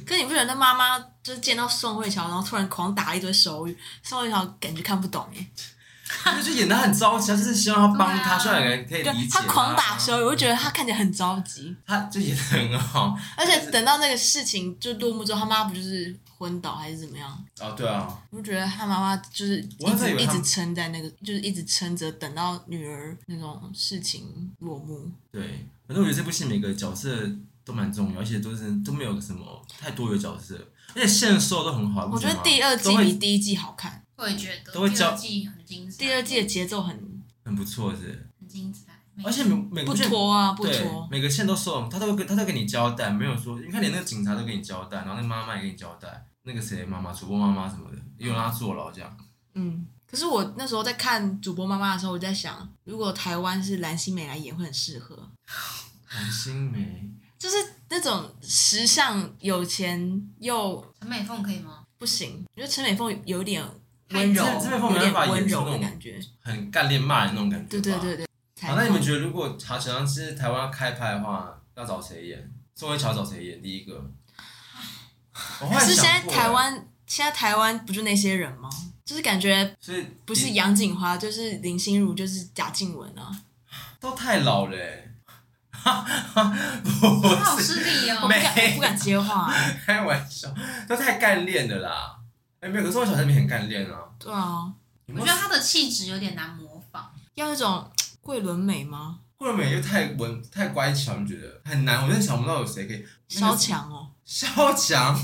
可你不觉得那妈妈就是见到宋慧乔，然后突然狂打了一堆手语，宋慧乔感觉看不懂哎，
就就演的很着急，他啊就是希望他帮
对
他，
啊
希望两个人可以理
对，
解嗯
她狂打
时候，
手语，我就觉得她看起来很着急，
他就演的很好。
而且等到那个事情就落幕之后，她妈不就是昏倒还是怎么样？
哦，对啊，
我就觉得她妈妈就是
我
一
还在
直
以为
一
她
直撑在那个，就是一直撑着，等到女儿那种事情落幕。
对。反正我觉得这部戏每个角色都蛮重要，而且都是都没有什么太多的角色，而且线索都很好。
我觉
你
得
不觉
第
得吗
二季
都
比
会
第一季好看，
我也觉得
都会
第
教
二季很精彩，
第二季的节奏很
很不错，是。
很精彩，
而且每每个
不
卷
拖啊，不
对
拖。
每个线都收，他都会跟他都会跟你交代，没有说你看连那个警察都跟你交代，然后那个妈妈也跟你交代，那个谁妈妈主播妈妈什么的也有让他坐牢这样。
嗯，可是我那时候在看主播妈妈的时候，我在想，如果台湾是蓝心湄来演，会很适合，
蓝心湄，
就是那种时尚、有钱又
陈美凤可以吗？
不行。我觉得陈美凤有点温柔，
太陈美凤
有
没办法
点温
演出那
柔的
种
感觉。
很干练骂人那种感觉。
对对。对对。
好，啊那你们
才
觉得如果乔乔像是台湾要开拍的话，要找谁演？宋慧乔找谁演？第一个。我后
可
来
是现在
想过
台，湾，现在台湾不就那些人吗？就是感觉
所以
不是杨锦华，
嗯
就是林心如，就是贾静雯啊。
都太老了、欸。 不
她好
是，
失礼 哦
我不。敢，我不敢接话、
开玩笑，都太干练了啦。哎、没有，可是宋慧乔那边很干练啊。
对啊，
有没有
我觉得她的气质有点难模仿。
要一种桂纶镁吗？
桂纶镁又太文太乖巧，你觉得很难？我真的想不到有谁可以。
萧蔷哦，
萧强。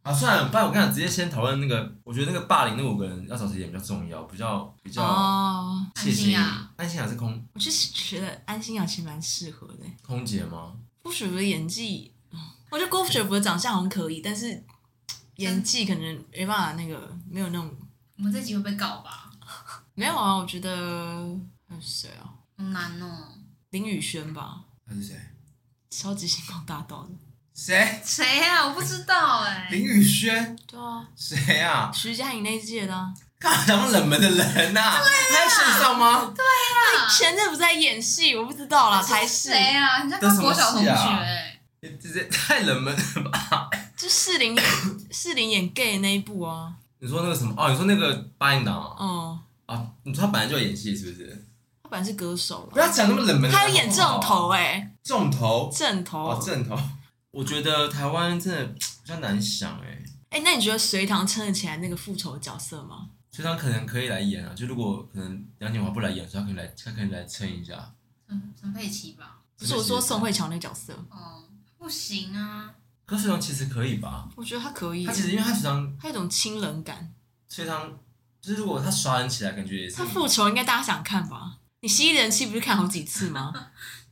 啊，算了，不然我跟你讲，直接先讨论那个，我觉得那个霸凌那五个人要找谁演比较重要，比较比较
哦，
谢欣怡
安心啊亚，
安心雅是空
我就是觉得安心雅其实蛮适合的。
空姐吗？
郭雪芙的演技，嗯我觉得郭雪芙的长相好像可以，但是演技可能没办法，那个没有那种
我们这集会被搞吧？
没有啊。我觉得还有谁啊？
好难哦。
林宇轩吧，
他是谁？
超级星光大道的。
谁？
谁啊？我不知道哎。
林宇轩？
对啊，
谁啊？
徐佳莹那一届的、啊，
干嘛讲冷门的人呐、啊？还有线上吗？
前阵不是在演戏，我不知道啦，台视
啊谁啊？人家
这
跟
什么
国小同
戏
学
啊
哎。
你直接太冷门了吧？
就适龄适龄演 gay 的那一部啊，
你说那个什么？哦，你说那个八音档啊
嗯，
啊？你说他本来就有演戏是不是？
他本来是歌手
不
啦，
要讲那么冷门的人好不好。
他有演正头哎、
重头
正头
哦，正头。我觉得台湾真的比较难想哎、
哎、那你觉得隋唐撑得起来那个复仇的角色吗？
所以他可能可以来演啊，就如果可能杨锦华不来演，所以他可以来，他可以来撑一下。
陈陈佩琪吧？
不是我说宋慧乔那角色，
哦，不行啊。
可是水堂其实可以吧？
我觉得她可以
他，其实因为他水堂，
她有种清冷感。
所以他就是如果他刷人起来，感觉也是
她。复仇应该大家想看吧？你吸人气不是看好几次吗？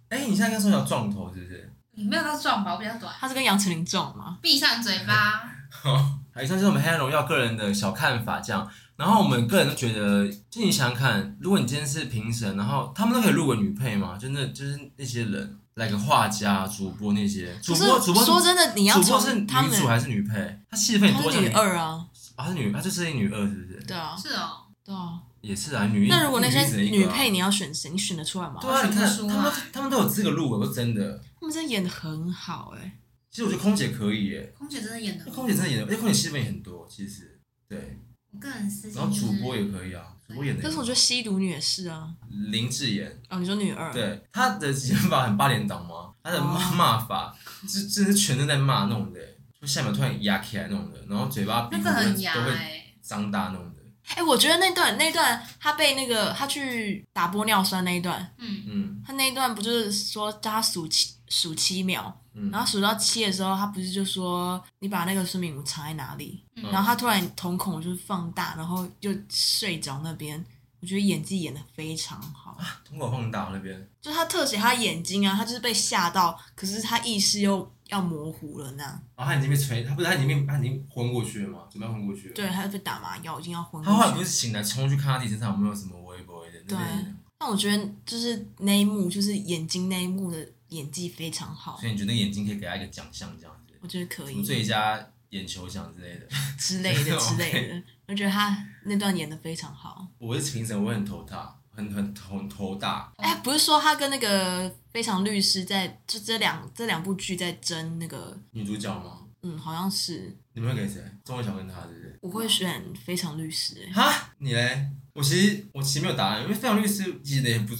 哎、你现在跟宋小撞头是不是？
你没有到撞吧？我比较短。
她是跟杨丞琳撞吗？
闭上嘴巴。
好，以上就是我们《黑暗荣耀》个人的小看法，这样。然后我们个人都觉得，就你想想看，如果你今天是评审，然后他们都可以入围女配嘛，就那就是那些人，来个画家、主播那些，主
可是
播主播
说真的，你要
主播是
从
女
他们，
主还是女配？她戏份
她
多
是
像
女二啊，
啊，她是女，她就是一女二，是不是？
对啊，
是哦，
对啊。
也是啊，女一
那如果那些
一只能一个
女
啊
配，你要选谁？你选得出来吗？
对啊，你
我
看
选不出
他们
来
他们都有资格入围，我是真的。
他们真的演的很好哎、
其实我觉得空姐可以耶，
空姐真的演的
因为。空姐真的演，因为空姐戏份也很多，其实对。
我个人私心
然后
就是
主播也可以啊，主播演的。
但是我觉得吸毒女也是啊。
林志妍，
哦，你说女二？。
对她的演法很八连档吗？她的骂
哦
骂法，这真是全都在骂那种的耶，就下面突然压起来那种的，然后嘴巴鼻
那
孔
个
都
很
会
牙
欸
都会
哎。
张大那种的，
哎、我觉得那段那段她被那个她去打玻尿酸那一段，
嗯，
嗯
他那一段不就是说叫他数七数七秒，
嗯。
然后数到七的时候，他不是就说你把那个孙敏武藏在哪里？
嗯
然后他突然瞳孔就是放大，然后就睡着那边。我觉得演技演的非常好，
通口放大那边，
就他特写他眼睛啊，他就是被吓到，可是他意识又要模糊了那样。
然后他已经被吹，他不是他已经被他已经昏过去了嘛，准备要昏过去了。
对，他就被打麻药，已经要昏
他后来不
过去。
是醒来冲去看他自己身上有没有什么微博的，那边
但我觉得就是那一幕，就是眼睛那一幕的演技非常好
所，以你觉得那个眼睛可以给他一个奖项这样子，
我觉得可
什
以
么最佳眼球奖之类的。
之类 的之类的。我觉得他那段演的非常好。
我是评审，我会很头大，很很头很头大。
哎、不是说他跟那个《非常律师在》就这两这两部剧在争那个，
女主角吗？
嗯，好像是
你们会给谁？钟慧乔跟他对不对？
我会选《非常律师、欸
哈，你嘞？我其实我其实没有答案，因为非常律师演的也不，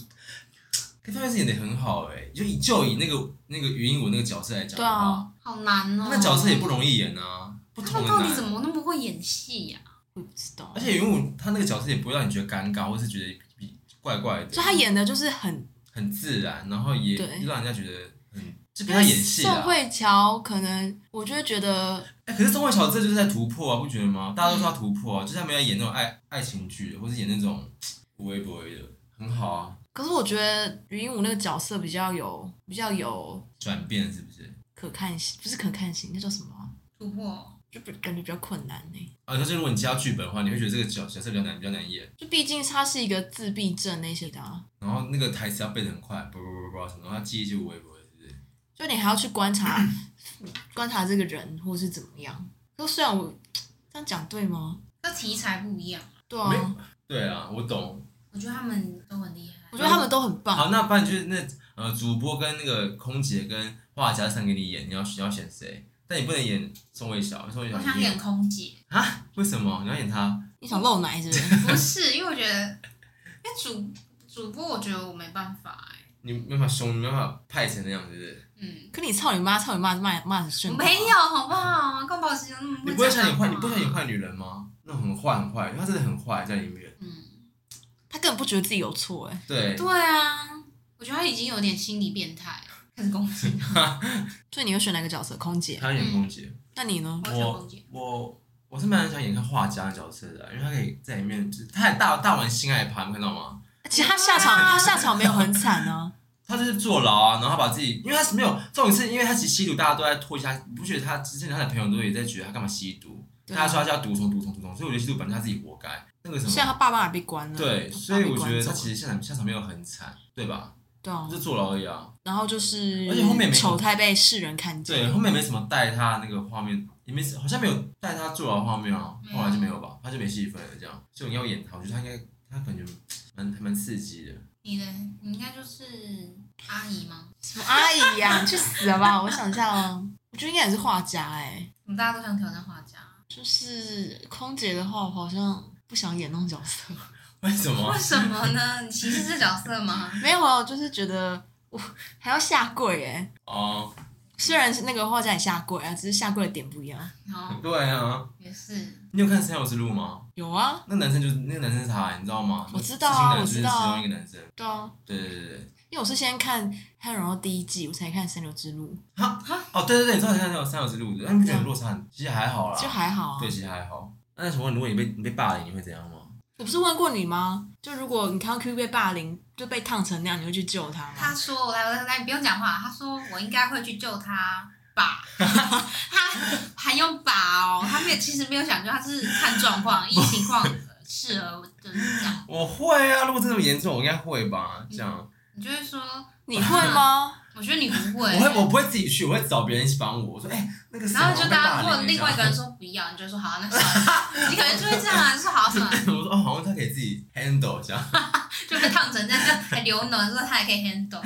跟非常律师演的很好哎、就以就以那个那个余英武那个角色来讲的
对啊
话，
好难哦。
那角色也不容易演啊，不
他
同
们
的
到
难
底。怎么那么会演戏啊呀？
我也不知道
而。且云武他那个角色也不会让你觉得尴尬，或是觉得比怪怪的，
就他演的就是很，
很自然，然后也
对
让人家觉得嗯，就比
因
他
为
演戏啊
宋
啦。
慧乔可能我就会觉得，
哎、可是宋慧乔这就是在突破啊，不觉得吗？大家都说她突破啊，就是她没有演那种爱爱情剧的，或是演那种无微不微的，很好啊。
可是我觉得余英武那个角色比较有比较有
转变是不是？
可看性，不是可看性，那叫什么啊、
突破，
就比感觉比较困难呢、
啊，可是如果你加剧本的话，你会觉得这个角角色比较难，比较难演。
就毕竟他是一个自闭症那些的、啊，
然后那个台词要背得很快，不不不不，什么，然后他记忆就不会不会，是不是？
就你还要去观察观察这个人或是怎么样。就虽然我这样讲对吗？
那题材不一样，
对
没
啊，
对啊，我懂。啊
我觉得他们都很厉害。
我觉得他们都很棒。
好，那不然就是那呃，主播跟那个空姐跟画家上给你演，你要你要选谁？但你不能演宋慧乔，宋慧乔
我
你
想演空姐，
啊？为什么你要演她？
你想露奶是不是？
不 是，因为我觉得，因为主主播，我觉得我没办法哎、
你没办法凶，你没办法派成那样，是不是？
嗯，
可你操你妈，操你妈骂骂很顺。
我没有，好不好？干嘛时间那么
啊你不会想演坏，
讲
你不会想
干
演
嘛
坏女人吗？那种很坏很坏，因为她真的很坏在里面。
嗯，
他根本不觉得自己有错哎、
对，
对啊，我觉得他已经有点心理变态，开始攻击他。
所以你会选哪个角色？空姐？
她演空姐，
那你呢？
我想攻击，
我我是蛮想演看画家的角色的，啊因为她可以在里面，就是她还大大玩性爱趴，你看到吗？
其实他下场，他下场没有很惨啊。
他就是坐牢啊，然后他把自己，因为他是没有重点是，因为他其实吸毒，大家都在唾弃他，你不觉得他之前他的朋友都也在觉得他干嘛吸毒，
对啊
大家说他叫毒虫毒虫毒虫，所以我觉得吸毒本身他自己活该，那个什
现在他
么，
爸妈也被关了。
对，
他
所以我觉得他
爸被关走
其实下场下场没有很惨，对吧？
对啊
他，就坐牢而已啊，
然后就是，
而且后面也没什么
丑态被世人看见。
对，后面没什么带他那个画面，也没好像没有带他坐牢的画面啊，
嗯
没有
后来就没有吧，他就没戏份了这样，所以你要演他，我觉得他应该他感觉蛮还蛮刺激的，
你呢？你应该就是阿姨吗？
什么阿姨呀、你去死好不好？我想一下哦，我觉得应该也是画家哎、
我们大家都想挑战画家，
就是空姐的话，我好像不想演那种角色。
为什么
为？什么呢？你歧视这角色吗？
没有啊，我就是觉得我还要下跪哎、
哦，
虽然是那个画家也下跪啊，只是下跪的点不一样。
好，
对啊，
也是。
你有看《三有之路》吗？
有啊，
那男生就是那个男生是他，你知道吗？
我知道啊
知
我知道啊
其中一个男生。
对啊，
对对对对，
因为我是先看《黑人荣耀》第一季，我才看《三流之路
哈哦，对对对，你知道像那种三有之路的，但你整个落差很其实还好》，啦，
就还好啊。
对，其实还好。那什么？如果你被你被霸凌，你会怎样吗？
我不是问过你吗？就如果你看到 Q 被霸凌，就被烫成那样，你会去救他
他
吗？
说：“我来，我来，我来，你不用讲话。”他说：“我应该会去救他吧。”他还用“吧”哦，他没有，其实没有想救，他是看状 况、依情况适合的这样。
我会啊，如果真的严重，我应该会吧。这样，
你就会说
你会 吗？：“
我觉得你啊不
我
会。”
会我不会自己去，我会找别人一起帮我。我说，哎、那个谁，
然后就
我被霸
大家，如
凌
果另外一个人，说不要，你就说好，那算了。你可能就会这样，啊你说 好算了，
这样我说哦，好像他可以自己 handle 这样，
就被烫成这样，还流脓，说他也可以 handle。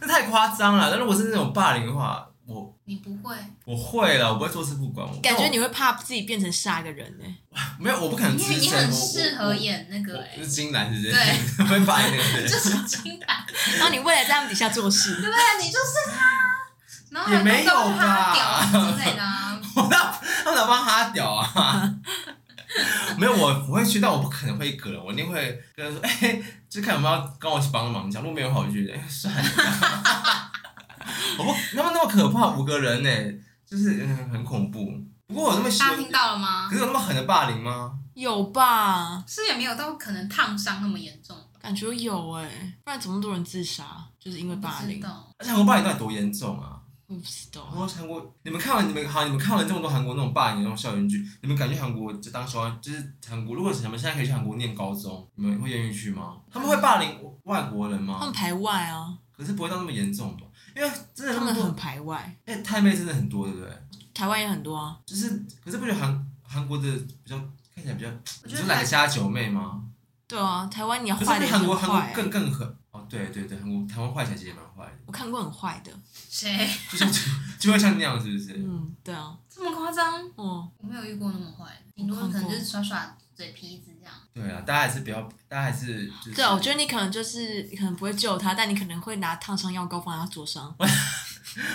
那太夸张了。但如果是那种霸凌的话，我
你不会，
我会了，我不会坐视不管。我
感觉你会怕自己变成下一个人呢、欸
没有，我不可能
你
吃
很你
生
很
我
适
我
合演那个
我
哎
是，金兰，是不是？
对，
会霸凌那个人。
就是金牌。
然后你为了在他们底下做 事，
对不对？你就是他，然后
也没有吧
他屌之类 的、啊，
我哪我哪帮他屌啊？没有，我我会去，但我不可能会一个人，我一定会跟他说，哎、就看有没有要跟我一起帮忙。假如没有的话，我就觉得，哎、算了。 我不那么那么可怕，五个人呢、就是嗯很恐怖。不过我那么喜
大家听到了吗
可？是有那么狠的霸凌吗？
有吧？
是也没有到可能烫伤那么严重吧，
感觉有哎、不然怎么那么多人自杀？就是因为霸凌
不知。道
而且韩国霸凌到底多严重啊？
我不知道
我韩国，你们看完你们好，你们看完这么多韩国那种霸凌那种校园剧，你们感觉韩国就当校园就是韩国，如果你们现在可以去韩国念高中，你们会愿意去吗？他们会霸凌外国人
他们
吗？
排外啊，
可是不会到那么严重吧？因为真的
他
那么
们很
多，
排外，
哎、太妹真的很多，对不对？
台湾也很多啊。
就是，可是不觉得韩韩国的比较看起来比较，
我
你
觉
说
得
哪
还
个家九妹吗？
对啊，台湾你要
可是
坏的也
韩国
很
韩国
坏欸、
更更狠哦，对对对，韩国台湾坏起来其实也蛮坏的，
我看过很坏的。
谁
就是就就会像那样，是不是？
嗯，对啊，
这么夸张？
哦，
我没有遇过那么坏的，顶多
我看
可
过
能就是耍耍嘴皮子这样。
对啊，大家还是不要，大家还是就是。
对啊，我觉得你可能就是可能不会救他，但你可能会拿烫伤药膏放在他灼伤。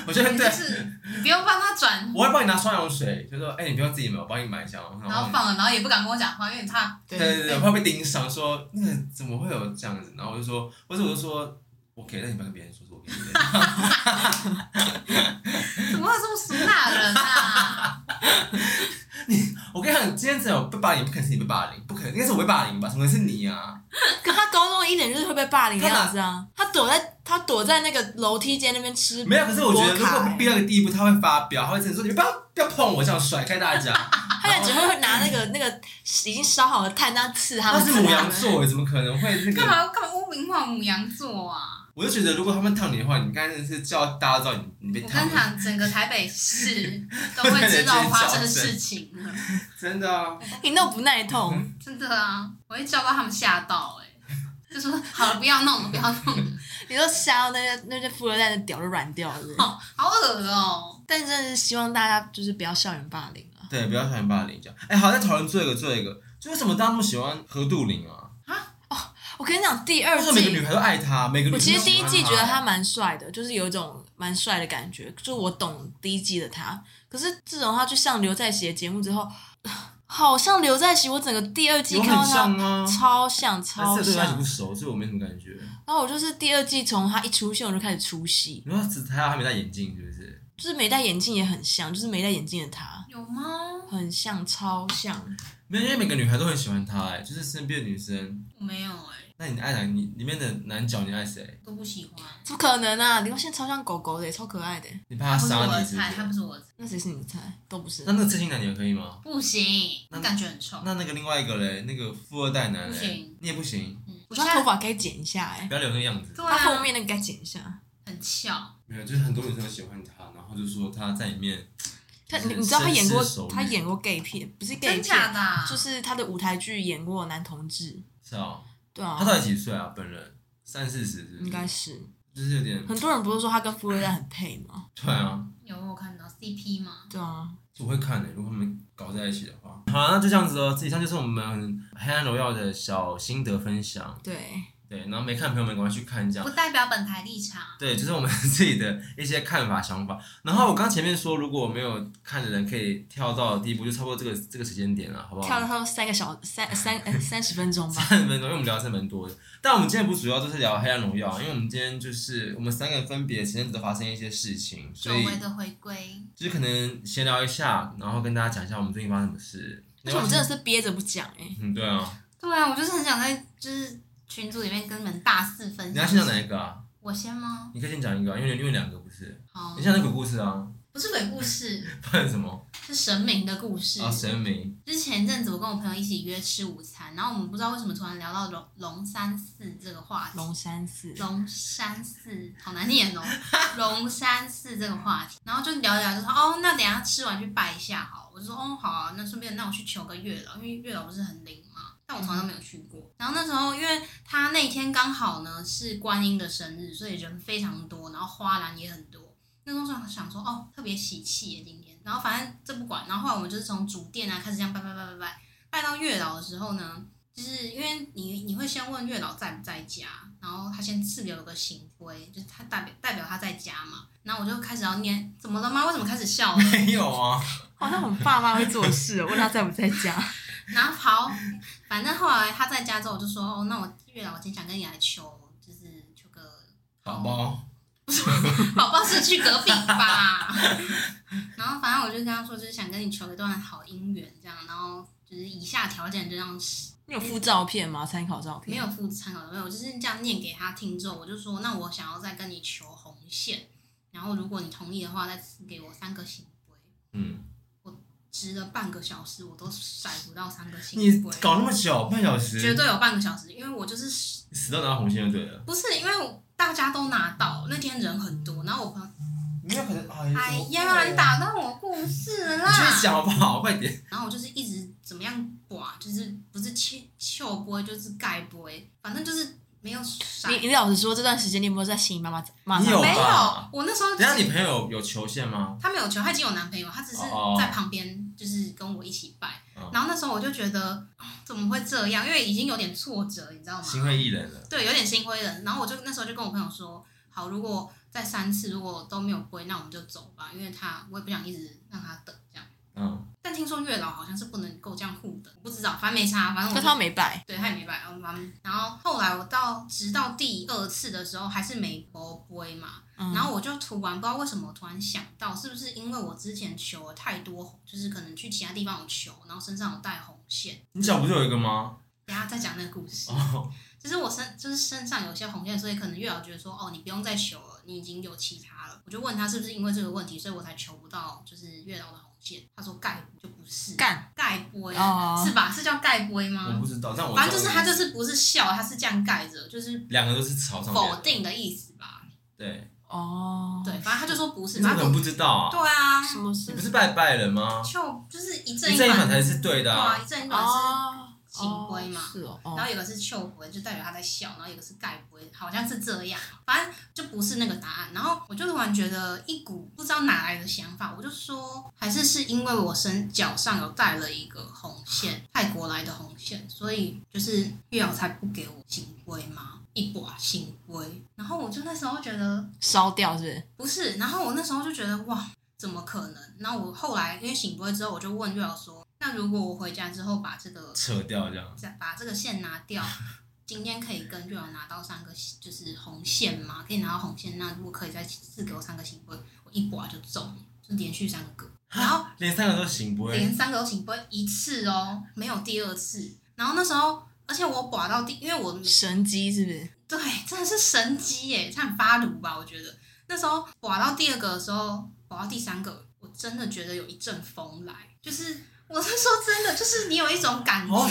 我觉得
你
对
就。是你不用帮 他转，
我会帮你拿双氧水，就说哎、你不要自己买，我帮你买一下。然
然后放了，然后也不敢跟我讲话，因为你怕。
对对对，我怕被盯上，说那个怎么会有这样子？然后我就说，或者我就说我给，那你不要跟别人说 是我给你的。
怎么会有这么俗辣的 人啊？
我跟你讲，今天只有被霸凌，不可能是你被霸凌，不可能，应该是我被霸凌吧？怎么可能是你啊？
可他高中一一脸就是会被霸凌的
他哪
样子啊！他躲在他躲在那个楼梯间那边吃，
没有，可是我觉得如
波卡
果逼
欸
到一个地步，他会发飙，他会真的说：“你不要不要碰我，这样甩开 大家。
他俩只会拿那个那个已经烧好的炭这样刺”他
他
们。
是母羊座，怎么可能会那
干
个？
嘛干嘛污名化母羊座啊？
我就觉得，如果他们烫你的话，你应该是叫大家知道你你被
我跟
烫
你，讲，整个台北 市都会知道发生事情了，
真的啊！
你弄不耐痛，
真的啊！我会叫到他们吓到哎、就说好了，不要弄了，不要弄了，
你都吓到那些那些富二代的屌都软掉了。
好好恶哦、
但真的是希望大家就是不要校园霸凌啊！
对，不要讨厌霸凌这样。哎，好，再讨论最后一个，最后一个，就为什么大家那么喜欢何杜林啊？
我跟你讲，第二
为什么每个
季
女孩都爱他？每个女
我
生
其
都啊
实第
喜
一
欢
季觉得他蛮帅的，就是有一种蛮帅的感觉，就是我懂第一季的他。可是自从他去上刘在熙的节目之后， 好像刘在熙，我整个第二季
有
看到
很
他
像啊，
超像
但
超
是对他一直不
像。
熟，所以我没什么感觉。
然后我就是第二季从他一出现我就开始出戏，
你说只他还没戴眼镜，是不是？
就是没戴眼镜也很像，就是没戴眼镜的他
有吗？
很像，超像。
没有，因为每个女孩都很喜欢他、哎，就是身边的女生。
我没有哎、
那你爱哪？你里面的男角你爱谁？
都不喜欢。
怎么可能啊？李光宪超像狗狗的，超可爱的。
你怕他
他不是我
杀
的
你是不
菜，他
是？
不是我的菜，
那谁是你的菜？都不是
那。那个刺青男也可以吗？
不行，
那
感觉很臭。
那那个另外一个嘞，那个富二代男
不
嘞
行，
你也不行，
嗯，
我
我
觉
现
得他头
在
发该剪一下哎、
不要留那个样子。
对
他后
啊，
面那个该剪一下。
很翘。
没有，就是很多女生都喜欢他，然后就说他在里面
他
就是
你你知道他演过
深思熟虑
他演过 gay 片，不是 gay
真
片，
假的啊、
就是他的舞台剧演过男同志，
是哦。
对啊
他，到底几岁啊？本人三四十是不是，
应该是
就是有点
很多人不是说他跟富二代很配吗？
对啊。
有我有看到 CP 吗？
对啊，
我会看的、欸如果他们搞在一起的话。好、那就这样子哦。以上就是我们《黑暗荣耀》的小心得分享。
对，
对，然后没看的朋友们赶快去看一下
不。代表本台立场。
对，就是我们自己的一些看法、想法。然后我刚前面说，如果没有看的人可以跳到第一步，就差不多这个这个时间点啊了，好不好？
跳了他三个小三三呃三十分钟 吧，
三十分钟，因为我们聊的是蛮多的。但我们今天不主要就是聊《黑暗荣耀》，啊因为我们今天就是我们三个人分别前阵子发生一些事情，
久
所以
违的回归，
就是可能闲聊一下，然后跟大家讲一下我们最近发生什么事。
而且我们真的是憋着不讲哎、
嗯，对啊，
对啊，我就是很想在就是群组里面跟你们大肆分享。
你要先讲哪一个啊？
我先吗？
你可以先讲一个、啊，因为因为两个不是，
好
你，像那个故事啊，
不是鬼故事，
不然什么
是神明的故事。
啊神 明，
之前一阵子我跟我朋友一起约吃午餐，然后我们不知道为什么突然聊到龙龙山寺这个话题。
龙山 寺，
龙山寺好难念哦，龙山寺这个话题，然后就聊一聊，就说哦，那等一下吃完去拜一下好了。我就说哦，好啊，那顺便那我去求个月老，因为月老不是很灵嘛，但我从来都没有去过。然后那时候因为他那天刚好呢是观音的生日，所以人非常多，然后花篮也很多。那时候想想说哦，特别喜气耶今天。然后反正这不管，然后后来我们就是从主殿啊开始这样拜拜拜拜拜，拜到月老的时候呢，就是因为你你会先问月老在不在家，然后他先赐给我个行规，就是他代表代表他在家嘛。然后我就开始要念，怎么了吗？为什么开始笑了？
没有啊，
好像我们爸妈会做事哦，问他在不在家，
然后好，反正后来他在家之后，我就说哦，那我月老，我今天想跟你来求，就是求个
宝宝，
宝宝是去隔壁 吧。然后反正我就跟他说，就是想跟你求一段好姻缘这样，然后就是以下条件就让
你有附照片吗？参考照
没
片？
有附参考，没有，我就是这样念给他听之后，我就说，那我想要再跟你求红线，然后如果你同意的话，再赐给我三个行规。
嗯，
值了半个小时，我都甩不到三个行
你
规，
搞那么久，半小时，
绝对有半个小时，因为我就是
死都拿红线就对了，
不是因为我大家都拿到，那天人很多，然后我朋友，
没有可能，
哎
哎
呀，你，打断我故事了
你
啊
继续
啦。
讲好不好？快点，
然后我就是一直怎么样刮，就是不是切切波，就是盖波，反正就是没有甩。
你你老实说，这段时间你有没有在心里骂骂骂
你
他？
有
没有
吧，
我那时候
等一下你朋友有球线吗？
她没有求，她已经有男朋友，她只是
哦
在旁边，就是跟我一起拜。
哦
然后那时候我就觉得、哦怎么会这样？因为已经有点挫折，你知道
心
吗？
灰意冷了，
对，有点心灰了。然后我就那时候就跟我朋友说，好，如果再三次如果都没有归，那我们就走吧，因为他我也不想一直让他等这样。
嗯，
但听说月老好像是不能够这样互等，我不知道，反正没差，反正我
可
就
他没拜。
对他也没拜，嗯嗯然后后来我到直到第二次的时候还是没归嘛，
嗯
然后我就突然不知道为什么，我突然想到，是不是因为我之前求了太多红，就是可能去其他地方有求，然后身上有带红线。
你脚不是有一个吗？
等一下再讲那个故事，
哦，
就是我身就是身上有些红线，所以可能月老觉得说，哦，你不用再求了，你已经有其他了。我就问他是不是因为这个问题，所以我才求不到就是月老的红线。他说盖就不是
干
盖杯、
哦
是吧？是叫盖杯
我
吗
不？知道，但我
反正就是他
哦这
就是不是笑，他是这样盖着，就是
两个都是草上面的
否定的意思吧？
对，
哦，
对，反正他就说不是，
你怎么
反
可
正
能不知道啊？
对啊，
什么
你
事
不？是拜拜人吗？
就就是一正
一正一
反
反才是对
对
的
啊，
啊！
一正一反是
哦，
行规嘛
哦是哦，
然
哦
后有个是秋不会，就代表他在笑；然后有个是盖不会，好像是这样，反正就不是那个答案。然后我就突然觉得一股不知道哪来的想法，我就说还是是因为我身脚上有带了一个红线，泰国来的红线，所以就是月老才不给我行规嘛，一把行规。然后我就那时候觉得
烧掉是不是？
不是，然后我那时候就觉得哇，怎么可能？然后我后来因为醒不会之后，我就问月老说，那如果我回家之后把这个
扯掉这样，
再把这个线拿掉，今天可以跟月老拿到三个就是红线嘛，可以拿到红线，那如果可以再赐给我三个行规，我一刮就中了，就连续三个，然后
连三个都行不会
连三个都行规一次哦，没有第二次。然后那时候，而且我刮到第，因为我
神机是不是？
对真的是神机耶，差点发炉吧，我觉得那时候刮到第二个的时候，刮到第三个，我真的觉得有一阵风来，就是我是说真的，就是你有一种感觉。
哦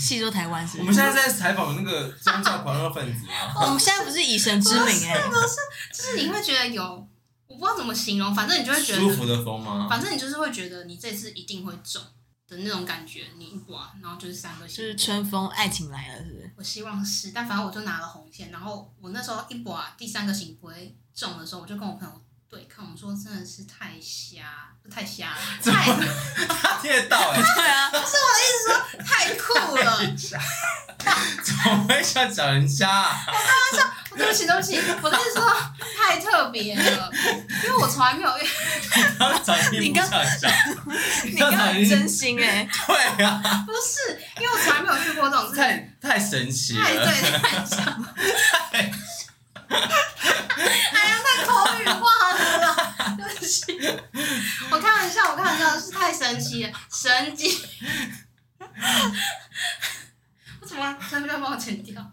细说台湾是
我
不
们
是？，
现在在采访那个宗教狂热分子啊
我们现在不是以神之名哎、
就是你会觉得有，我不知道怎么形容，反正你就会觉
舒
得，
服的风吗？
反正你就是会觉得你这次一定会中的那种感觉，你一刮，然后就是三个
就
星
是春风爱情来了是不是？
我希望是，但反正我就拿了红线，然后我那时候一刮第三个行不会中的时候，我就跟我朋友对抗，我们说真的是太瞎，不太瞎 了，太
听得到哎，
对啊，
太酷了。
怎么会想讲人家啊？
对不起，对不起，我跟你说太特别了，因为我从来没有遇
你刚才
你
你不
刚
想讲，
你
刚
刚
才
刚
已
很
经
真心哎、
对啊，
不是，因为我从来没有遇过这种事情。
太太神奇
太
了，
对太像， 哎呀，太口语化了，对不起，我开玩笑，我开玩笑，是太神奇了，神奇， 我怎么真的要帮我剪掉？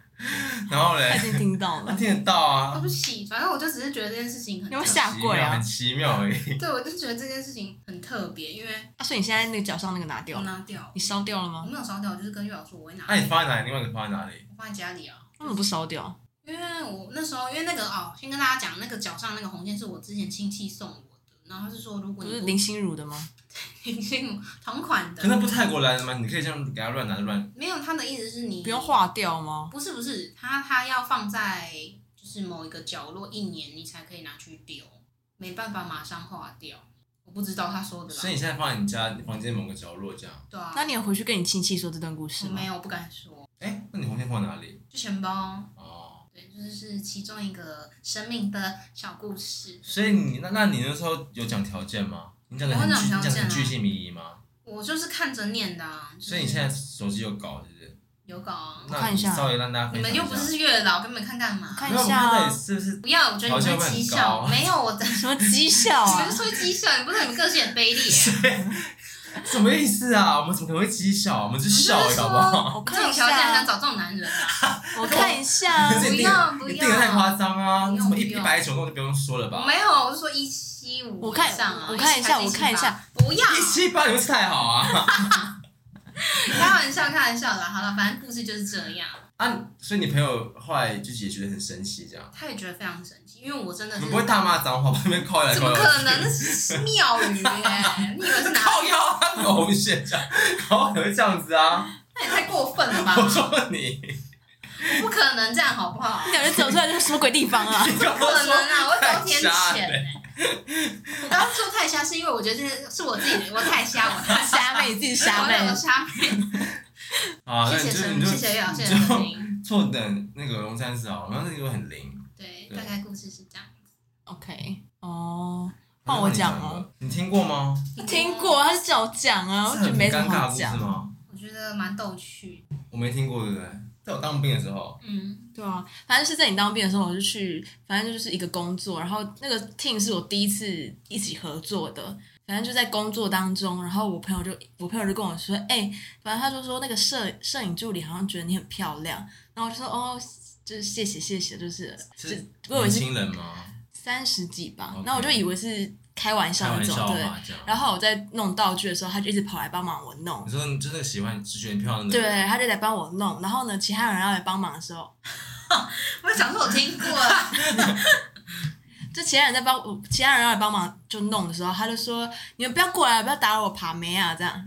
然后
他
嘞
已，经听到
他
了，
听得到
对
啊，
不起，反正我就只是觉得这件事情很
有没有
特，
下
奇
跪
妙
啊
很？奇妙而已。
对我就觉得这件事情很特别，因为
啊所以你现在那个脚上那个拿掉
我
了，
拿掉，
你烧掉了
我
吗？
没有烧掉，我就是跟月老说我会拿，
那你放在哪里？另外一个放在哪里？
我放在家里啊。
为什么不烧掉？
因为我那时候，因为那个哦，先跟大家讲，那个脚上那个红线是我之前亲戚送我的，然后他是说
不
如果你
是 林心如的吗？
林心如同款
可那
的，
不泰国来的吗？你可以这样给他乱拿乱。
没有他的意思是你
不用，化掉吗？
不是不是，他他要放在就是某一个角落一年，你才可以拿去丢，没办法马上化掉。我不知道他说的
所以
啦，
你现在放在你家房间某个角落这样。
对啊，
那你有回去跟你亲戚说这段故
我
事吗
没？有不敢说，
哎，那你红线放哪里？
就钱包，
哦，
对，就是是其中一个生命的小故事。
所以你那那你那时候有讲条件吗？你讲的很
我有
具
讲
你讲
条
的
件啊
很具体迷疑吗？
我就是看着念的、啊，就是
所以你现在手机有搞是不是？
有搞啊？
那
看一下
你稍微让大家
你
分享
们
一下
又不是月老，根本看干嘛？
看
没
一
有，我
下
看到
啊
底，是不是？
不要，我觉得你
好像
们
会
会
很
讥
高啊
笑，没有我的，
什么讥笑
你
啊
们就？说讥笑，你不知道你们个性很卑劣。
什么意思啊？我们怎么可能会讥笑啊？我们是笑而已好不好？
我
这
看
种
一
条件还
下
想
啊，
找这种男人啊？
我看一下 啊。
可是你定的
不要不要
你定的太夸张啊！
呃不用
什么一
不用
一百九，那就不用说了吧。
没有，我是说一七五
我看
以上啊，
我看一下
178
我看一下，
不要，
一七八，你不是太好啊？
开玩笑，开玩笑啦。好了，反正故事就是这样。
啊，所以你朋友后来就也觉得很神奇，这样。
他也觉得非常神奇，因为我真的
你
是
们不会大骂脏话，旁边靠来
怎
靠
么
去
可能？那是庙 宇哎，你以为是哪？
靠腰啊，那个红线这样，然后可能这样子啊。
那也太过分了吧？
我说你，
不可能这样，好不好？
你感觉走出来就是什么鬼地方啊？
你刚
不可
刚
能
说
啊！我遭天谴
太瞎了
欸我刚刚说太瞎，是因为我觉得这是我自己，我太瞎，我太瞎，
虾妹，你自己
我
虾 妹哦
有。瞎妹。
啊，那
谢
你
谢
就
神
你
明，
就
谢谢月老，谢谢
你
神
就
明。
错等那个龙山寺啊，然后那个很灵。
对，
对
大概故事是这样。
OK，哦，换我讲哦。
你听过吗？
听过，他是叫我讲啊，我
是
觉得
很
没什
尴
么
尬的
好
故
讲
事。吗？
我觉得蛮逗趣。
我没听过，对不对？在我当兵的时候，
嗯，
对啊，反正是在你当兵的时候，我就去，反正就是一个工作，然后那个 team 是我第一次一起合作的，反正就在工作当中，然后我朋友就我朋友就跟我说，哎、反正他就说那个摄摄影助理好像觉得你很漂亮，然后我就说哦，就是谢谢谢谢，就是就是我以为
年
是
轻人吗？
三十几吧
OK，
那我就以为是开玩
开
笑那
玩
种
笑，
对。
嘛，这样。
然后我在弄道具的时候，他就一直跑来帮忙我弄
你，说你就是喜欢只觉得你漂亮的，
对，，他就来帮我弄。然后呢，其他人要来帮忙的时候，
我想说我听过，
就其他人在帮我，其他人要来帮忙就弄的时候，他就说：“你们不要过来，不要打扰我爬梅啊！”这样。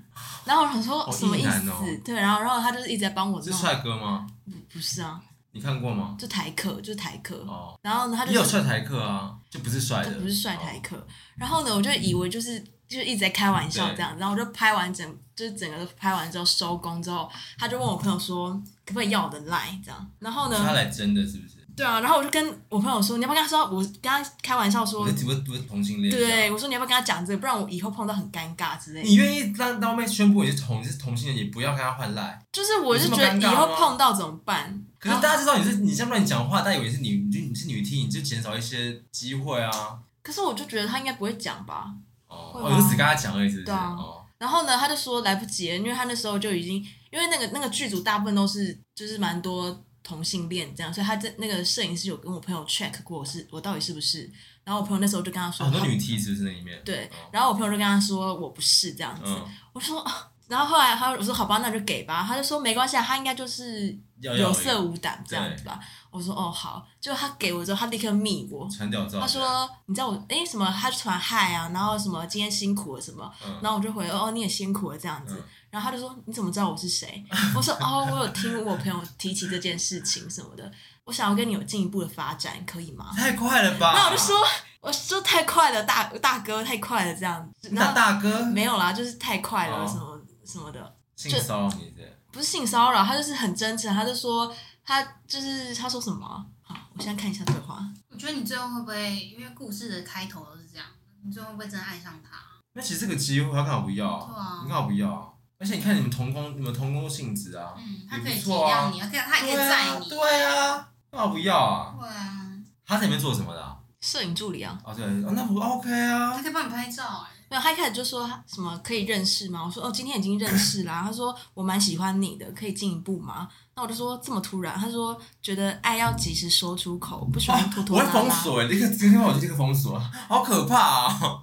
然后我想说
好
什么意
意
思
男？哦
对，然后然后他就是一直在帮我
是
弄，
帅哥吗？
不是啊，
你看过吗？
就台客，就台客。
哦，
然后呢，他
也有
就是
帅台客啊，就不是帅
他
的，
不是帅台
哦
客。然后呢，我就以为就是就一直在开玩笑这样，然后我就拍完整就是整个都拍完之后收工之后，他就问我朋友说可不可以要我的啊 line 这样，然后
哦，是他
呢，
来真的，是不是？
对啊，然后我就跟我朋友说，你要不要跟他说，我跟他开玩笑说
我，是不是不是同性恋，
对，我说你要不要跟他讲这个，不然我以后碰到很尴尬之类
你
的。
愿意让刀妹宣布你是同你是同性恋，也不要跟他换赖。
就是我是觉
有这
得
么尴
以
尬吗
后碰到怎么办？啊
可是大家知道你是你这样乱讲话，大家以为是女你就你是女 T，你就减少一些机会啊。
可是我就觉得他应该不会讲吧。
哦，
会吗
我就只跟他讲而已，是不是？
对啊
哦，
然后呢，他就说来不及了，因为他那时候就已经，因为那个那个剧组大部分都是就是蛮多同性恋这样，所以他这那个摄影师有跟我朋友 check 过我是我到底是不是，然后我朋友那时候就跟他说，
很多女 T 是不是哦那里面？
对
哦，
然后我朋友就跟他说我不是这样子，
嗯，
我说，啊然后后来他我说好吧，那就给吧，他就说没关系，啊，他应该就是
要要
有色无胆这样子吧，我说哦好，就他给我之后，他立刻密我。
传屌照。
他说：“你知道我诶什么？他就传嗨啊，然后什么今天辛苦了什么，
嗯，
然后我就回哦，你也辛苦了这样子。然后他就说：“你怎么知道我是谁？”我说：“哦，我有听我朋友提起这件事情什么的，我想要跟你有进一步的发展，可以吗
嗯，太快了？”吧？
然后我就说：“我说太快了，大大哥太快了这样子。”然
那
后
大哥
没有啦，就是太快了
哦
什么什么的，
性骚扰你的，
不是性骚扰，他就是很真诚，他就说他就是他说什么啊？好，我现在看一下对话。
我觉得你最后会不会因为故事的开头都是这样，你最后会不会真的爱上他？
那其实这个机会他干嘛不要？
对啊
你干嘛不要啊？而且你看你们同工，你们同工性质啊，
嗯，他
也
可以
不
体
错啊
谅。你，他可以他也可以
对
载
啊，
你。
对啊，干嘛不要啊？
对啊，
他在里面做什么的啊？
摄影助理啊，
哦，对，哦那不 OK
他
啊？
可以帮你拍照哎、
没有，他一开始就说他什么可以认识吗？我说哦，今天已经认识 啦、他说我蛮喜欢你的，可以进一步吗？那我就说这么突然，他说觉得爱要及时说出口，不喜欢拖拖
我
拉
会封
拉。
锁欸，这个今天我就立刻封锁，好可怕啊！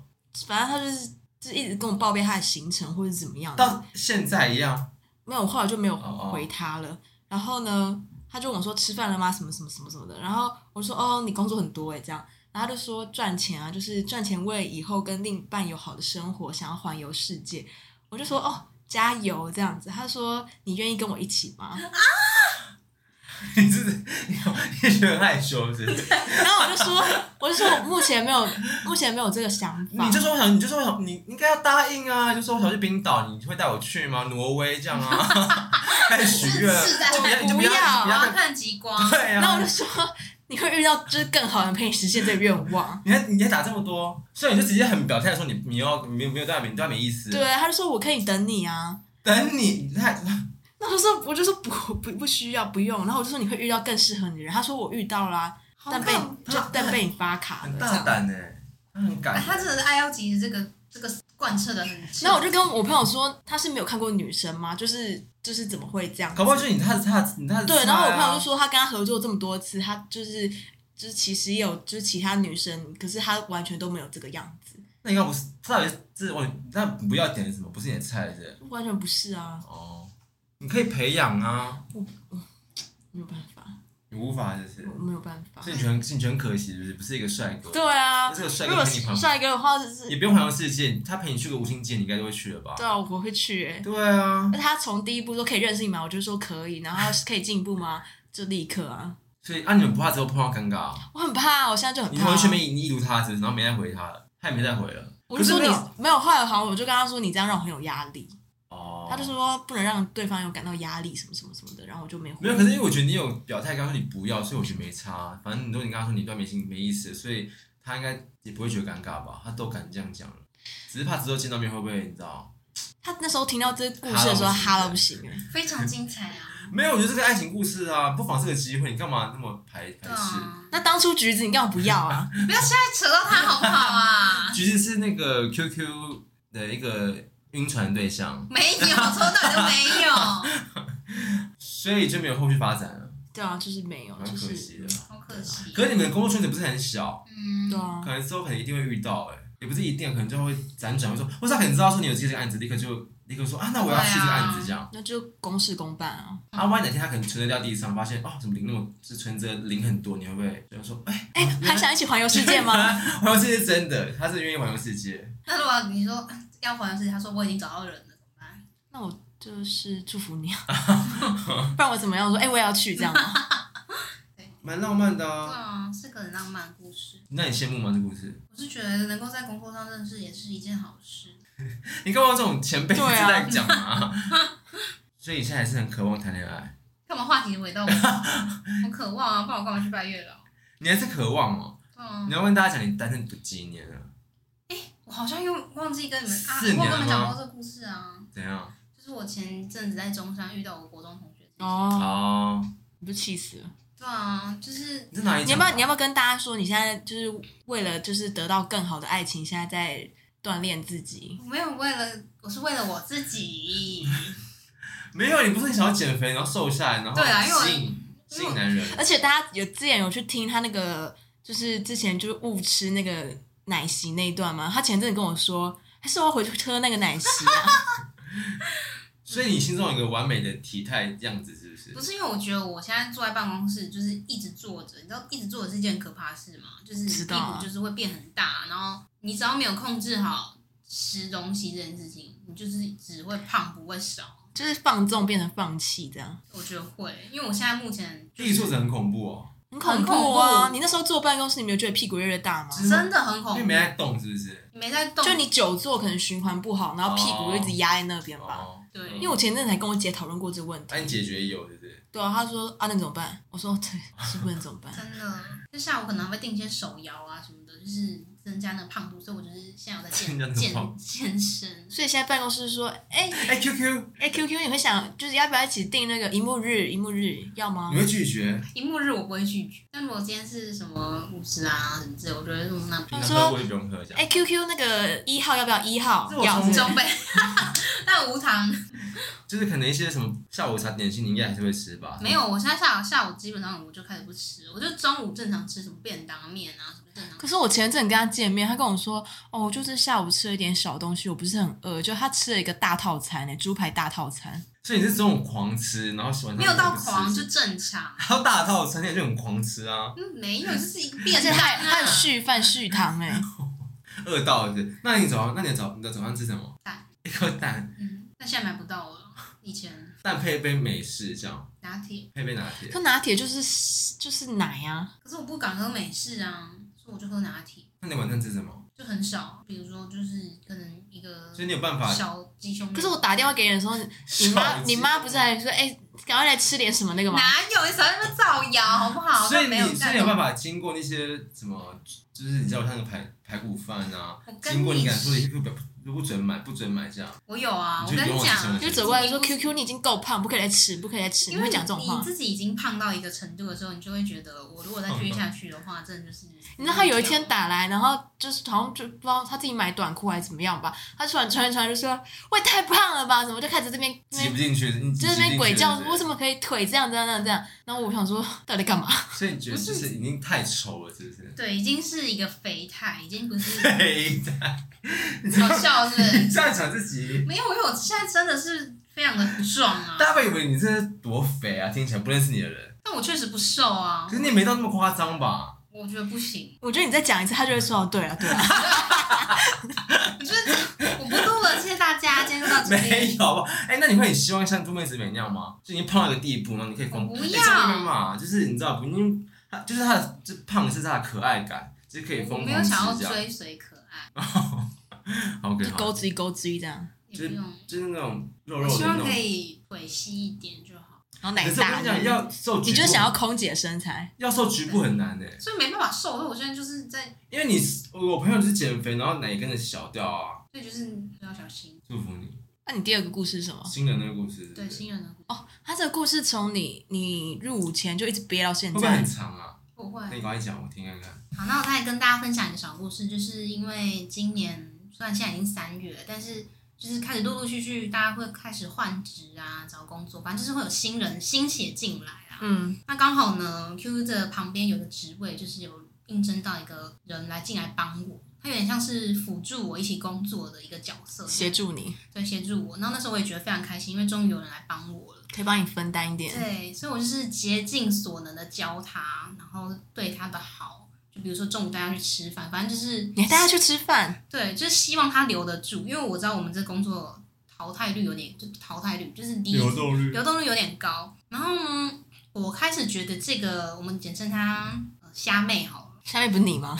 反正他就是就是一直跟我报备他的行程或者怎么样的。
到现在一样，
没有，我后来就没有
哦哦
回他了。然后呢，他就问我说吃饭了吗？什么什么什么什么的。然后我说哦，你工作很多哎，这样。然后他就说赚钱啊，就是赚钱为以后跟另一半有好的生活，想要环游世界。我就说哦，加油这样子。他说你愿意跟我一起吗？
你是你你觉得很害羞是不 是？
然后我就说，我就说我目前 没有，目前没有这个想法
你。就说我想，你就说我想，你应该要答应啊！你就说我想去冰岛，你会带我去吗？挪威这样啊？ 开始许愿了，
是在
就不要，
我
就不要，
不
就
要
不
我
要
要看极光。
对呀、
然后我
啊
就，说 你会遇到就是更好的人陪你实现这个愿望。
你还你还打这么多，所以你就直接很表态地说你你要没有没有对他没对他没意思。
对，，他就说我可以等你啊。
等你你看，
那我就说，我就说不不不需要不用，然后我就说你会遇到更适合你的人。他说我遇到啦、
好
但被
看
就但被你发卡
很
了这
大
样。
胆呢、欸他很
啊
敢。
哎他真的是爱要及这个这个贯彻的很彻。
然后我就跟我朋友说，他是没有看过女生吗？就是就是怎么会这样子？
搞不好就是你他的他的你他的、啊、
对，然后我朋友就说他跟他合作这么多次，他就是就是其实也有就是其他女生，可是他完全都没有这个样子，
那应该不是，他到底是这我那不要点是什么？不是你的菜是不是？
完全不是啊，
哦，你可以培养啊，
没有办法，
你无法就是，
我没有办法
所。以你觉得你觉得很可惜是不是？不是一个帅哥，
对啊
这，个帅
如
哥
果
陪你
是
旁
帅哥的话就是
也不用环游世界，他陪你去个五星街，你应该都会去了吧？
对啊，我会去、欸。
对啊，
那他从第一步说可以认识你吗？我就说可以，然后可以进一步吗？ 就立刻啊！
所以啊，你们不怕之后碰到尴尬、啊？
我很怕，我现在就很
你
怕
同
啊。
学没你已读他是不是，然后没再回他了，他也没再回了。
我
可
就是说
没
你
有
没有后来好像我就跟他说你这样让我很有压力，
哦，
他就说不能让对方有感到压力什么什么什么的，然后我就没回
没有。可是因为我觉得你有表态，刚说你不要，所以我觉得没差。反正你都你刚刚说你对他没兴没意思，所以他应该也不会觉得尴尬吧？他都敢这样讲了，只是怕之后见到面会不会你知道？
他那时候听到这个故事的时
哈
候，哈
到
到
不
不
行
行哎、
非常精彩啊！
没有，我觉得这个爱情故事啊，不妨是个机会，你干嘛那么排排
对
斥？
啊，
那当初橘子你干嘛不要啊？
不要现在扯到他好不好啊？
橘子实是那个 QQ 的一个晕船对象，
没有，从头到尾都没有，
所以就没有后续发展了，
对啊，就是没有，
蛮
就
可
是
惜的。
好可惜。
可是你们的工作圈子不是很小，
嗯，
对啊
可，能之后可能一定会遇到、哎，也不是一定，可能就会辗转，会说，或者他可能知道说你有接这个案子，立刻就立刻说啊，那我要接这个案子这样。
那就公事公办啊。
啊，万一哪天他可能存折掉地上，发现哦，怎么零那么是存折零很多，你会不会就说，哎、
哎、还想一起环游世 界吗？
环游世界是真的，他是愿意环游世界，
那如果你说要还的事情，他说我已经找到人了，怎么办？
那我就是祝福 你啊，不然我怎么样？我说哎、我也要去这样吗？
蛮浪漫的
对
啊。
啊，是个很浪漫的故事。
那你羡慕吗？这故事？
我是觉得能够在工作上认识也是一件好事。
你干嘛这种前辈一直
对啊
在讲啊？所以你现在还是很渴望谈恋爱，
干嘛话题回 到我？我渴望啊，不然我干嘛去拜月老？
你还是渴望哦。
对啊
你，要跟大家讲你单身几年了？
我好像又忘记跟你们啊，
四年
我有跟
了
你
吗
们讲过这个故事啊，
怎样？
就是我前阵子在中山遇到我国中同学。
哦，
哦，
你不是气死了？
对啊，就是
你在哪里
你
讲
要
啊？
不要？你要不要跟大家说，你现在就是为了就是得到更好的爱情，现在在锻炼自己？
我没有为了，我是为了我自己。
没有，你不是想要减肥，然后瘦下来，然后
对啊因为我
吸引吸引男人。
而且大家有之前有去听他那个，就是之前就是误吃那个奶昔那一段吗？他前阵子跟我说，还是我要回去喝那个奶昔啊？
所以你心中有一个完美的体态样子，是不是
不？是因为我觉得我现在坐在办公室就是一直坐着，你知道一直坐着是一件很可怕的事吗？就是你
知
屁
道啊
股就是会变很大，然后你只要没有控制好吃东西这件事情，你就是只会胖不会少。
就是放纵变成放弃这样，
我觉得会，因为我现在目前
自己坐着很恐怖哦，
很恐
很恐
怖啊！
怖
你那时候坐办公室，你没有觉得屁股越来越大吗？
就是
真的很
因为
恐怖
没，在动，是不是？
没在动，
就你久坐可能循环不好，然后屁股就一直压在那边吧。
哦，
对
嗯
因为我前阵子才跟我姐讨论过这个问题
哎
那，你解决也有，是不是？
对啊，她说啊，那你怎么办？我说 对，是不能怎么办？
真的，就下午可能会定一些手摇啊什么的，就是增加那个胖度，所以我就是现在有在
增加那
健
个胖
健健身。
所以现在办公室说，哎、
哎，QQ，
哎、q q 你会想就是要不要一起订那个荧幕日？荧幕日要吗
你？会拒绝？
荧幕日我不会拒绝，但如果今天是什么五十啊什么之类，我觉得嗯那
平
他
常
说
喝我也不用喝，这样。
哎、q q 那个一号要不要一号
这？我
要
从
是不是
中 杯，但无糖
就是可能一些什么下午茶点心，你应该还是会吃吧？
没有。我现在下午下午基本上我就开始不吃，我就中午正常吃什么便当面啊什么正常。
可是我前阵子跟他见面，他跟我说，哦，我就是下午吃了一点小东西，我不是很饿，就他吃了一个大套餐、哎，猪排大套餐。
所以你是这种狂吃，然后喜欢
没有到
就
狂
是
就正常，
还有大套餐，你就很狂吃啊，
嗯没有就是一个便
而且
当
他还他还
啊，
续饭续 糖哎、
饿到是不是？那你早，那你早，你的早上吃什么？
蛋，
一颗蛋，
嗯，但现在买不到了，以前
蛋配一杯美式，这样
拿铁，
配一杯拿铁
可。拿铁就是就是奶啊，
可是我不敢喝美式啊，所以我就喝拿铁，
那你晚上吃什么？
就很少，比如说就是可能一个
所以你有办法？
小鸡胸肉，
可是我打电话给你的时候，你妈
小鸡
你妈不是还说，哎、赶快来吃点什么那个吗？
哪有？你少在那边造谣好不好？
所以
根本没
你所以你有
在
办法经过那些什么，就是你知道像个排排骨饭啊
我，跟
经过你
你
敢说你不不不准买，不准买这样，
我有啊，我
你
跟
就不用
你
吃
讲，
就走过来说：“QQ，你已经够胖，不可以再吃，不可以再吃。”你
因为
会讲这种
你
话？
自己已经胖到一个程度的时候，你就会觉得，我如果再继续下去的话，真的就是……
你知道他有一
嗯
天，打来，然后就是好像就不知道他自己买短裤还是怎么样吧，他突然穿一穿就说：“我也太胖了吧？”怎么就开始这边这
挤不进
边
去，你挤
就是
不
那
进去
边鬼叫，
对不
为
对
什么可以腿这样这样这样这样？然后我想说，到底干嘛？
所以你觉得
不
就是是已经太丑了，是不 是？
对，已经是一个肥态，已经不是
对的，你知道
好笑，是不
你
是？
这样讲自己，
没有，因为我现在真的是非常的壮啊，
大家会以为你这是多肥啊，听起来不认识你的人，
但我确实不瘦啊
可，是你也没到那么夸张吧？
我觉得不行，
我觉得你再讲一次，他就会说：“哦，对了，对了。
我觉得我不录了，谢谢大家，今天就到这
没
里。
有吧？哎、那你会很希望像朱妹子美那样吗？就已经胖到一个地步，然后你可以疯
我不
哎
要
这样没办法，就是你知道不？因为她就是她的，就胖是她的可爱感，就是可以
我
疯
没
狂
有
吃
想要
这样。
追随可爱，
好，
一
给
勾
好，
之一勾之一这样，
也不用，
就是那种肉
我
肉
希
的那
望
种
可。以腿细一点就好。
然后
可
奶
是我跟
大
你讲，
这样。
要瘦局
你
部，
就想要空姐身材，
要瘦局部很难的、
所以没办法瘦，所以我现在就是在，
因为你我朋友就是减肥，然后奶也跟着小掉啊。
所以就是要小心。
祝福你，
那啊你第二个故事是什么？
新人那个故事是不
哦对
是
新人的故事，
哦，他这个故事从你你入伍前就一直憋到现
会不会很
在，
长啊？
我不会。
那你赶快讲，我听看看。
好，那我再跟大家分享一个小故事，就是因为今年虽然现在已经三月了，但是就是开始陆陆续续大家会开始换职啊，找工作，反正就是会有新人新血进来啊。
嗯
那刚好呢，QQ 这旁边有个职位，就是有应征到一个人来进来帮我，他有点像是辅助我一起工作的一个角色，
协助你，
对协助我。然后那时候我也觉得非常开心，因为终于有人来帮我了。
可以帮你分担一点。
对，所以我就是竭尽所能的教他，然后对他的好，就比如说中午带他去吃饭，反正就是
你还带他去吃饭，
对，就是希望他留得住，因为我知道我们这工作淘汰率有点，就淘汰率就是离
动率
流动率有点高。然后呢，我开始觉得这个我们简称她呃虾妹好了。
下面不是你 吗？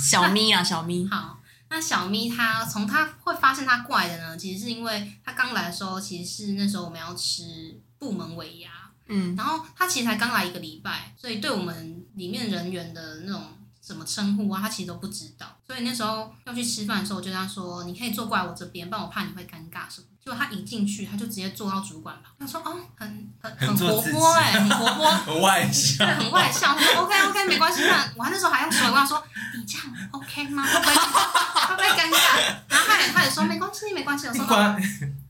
小咪啊，小咪，
好，那小咪她从她会发现她怪的呢，其实是因为她刚来的时候，其实是那时候我们要吃部门尾牙，
嗯，
然后她其实才刚来一个礼拜，所以对我们里面人员的那种。怎么称呼啊？她其实都不知道，所以那时候要去吃饭的时候，我就跟她说：“你可以坐过来我这边，不然我怕你会尴尬什么。”结果她一进去，她就直接坐到主管吧。她说：“哦，很很
很
很
做
活
自
泼
己
哎、很活泼。”
很外向
对，。很外向。我说 OK OK，没关系。那我那时候还用手跟他说：“你这样 OK 吗？会不会会不会尴尬？”然后他也他也说：“没关系，没关系。”我
你
说：“哦
管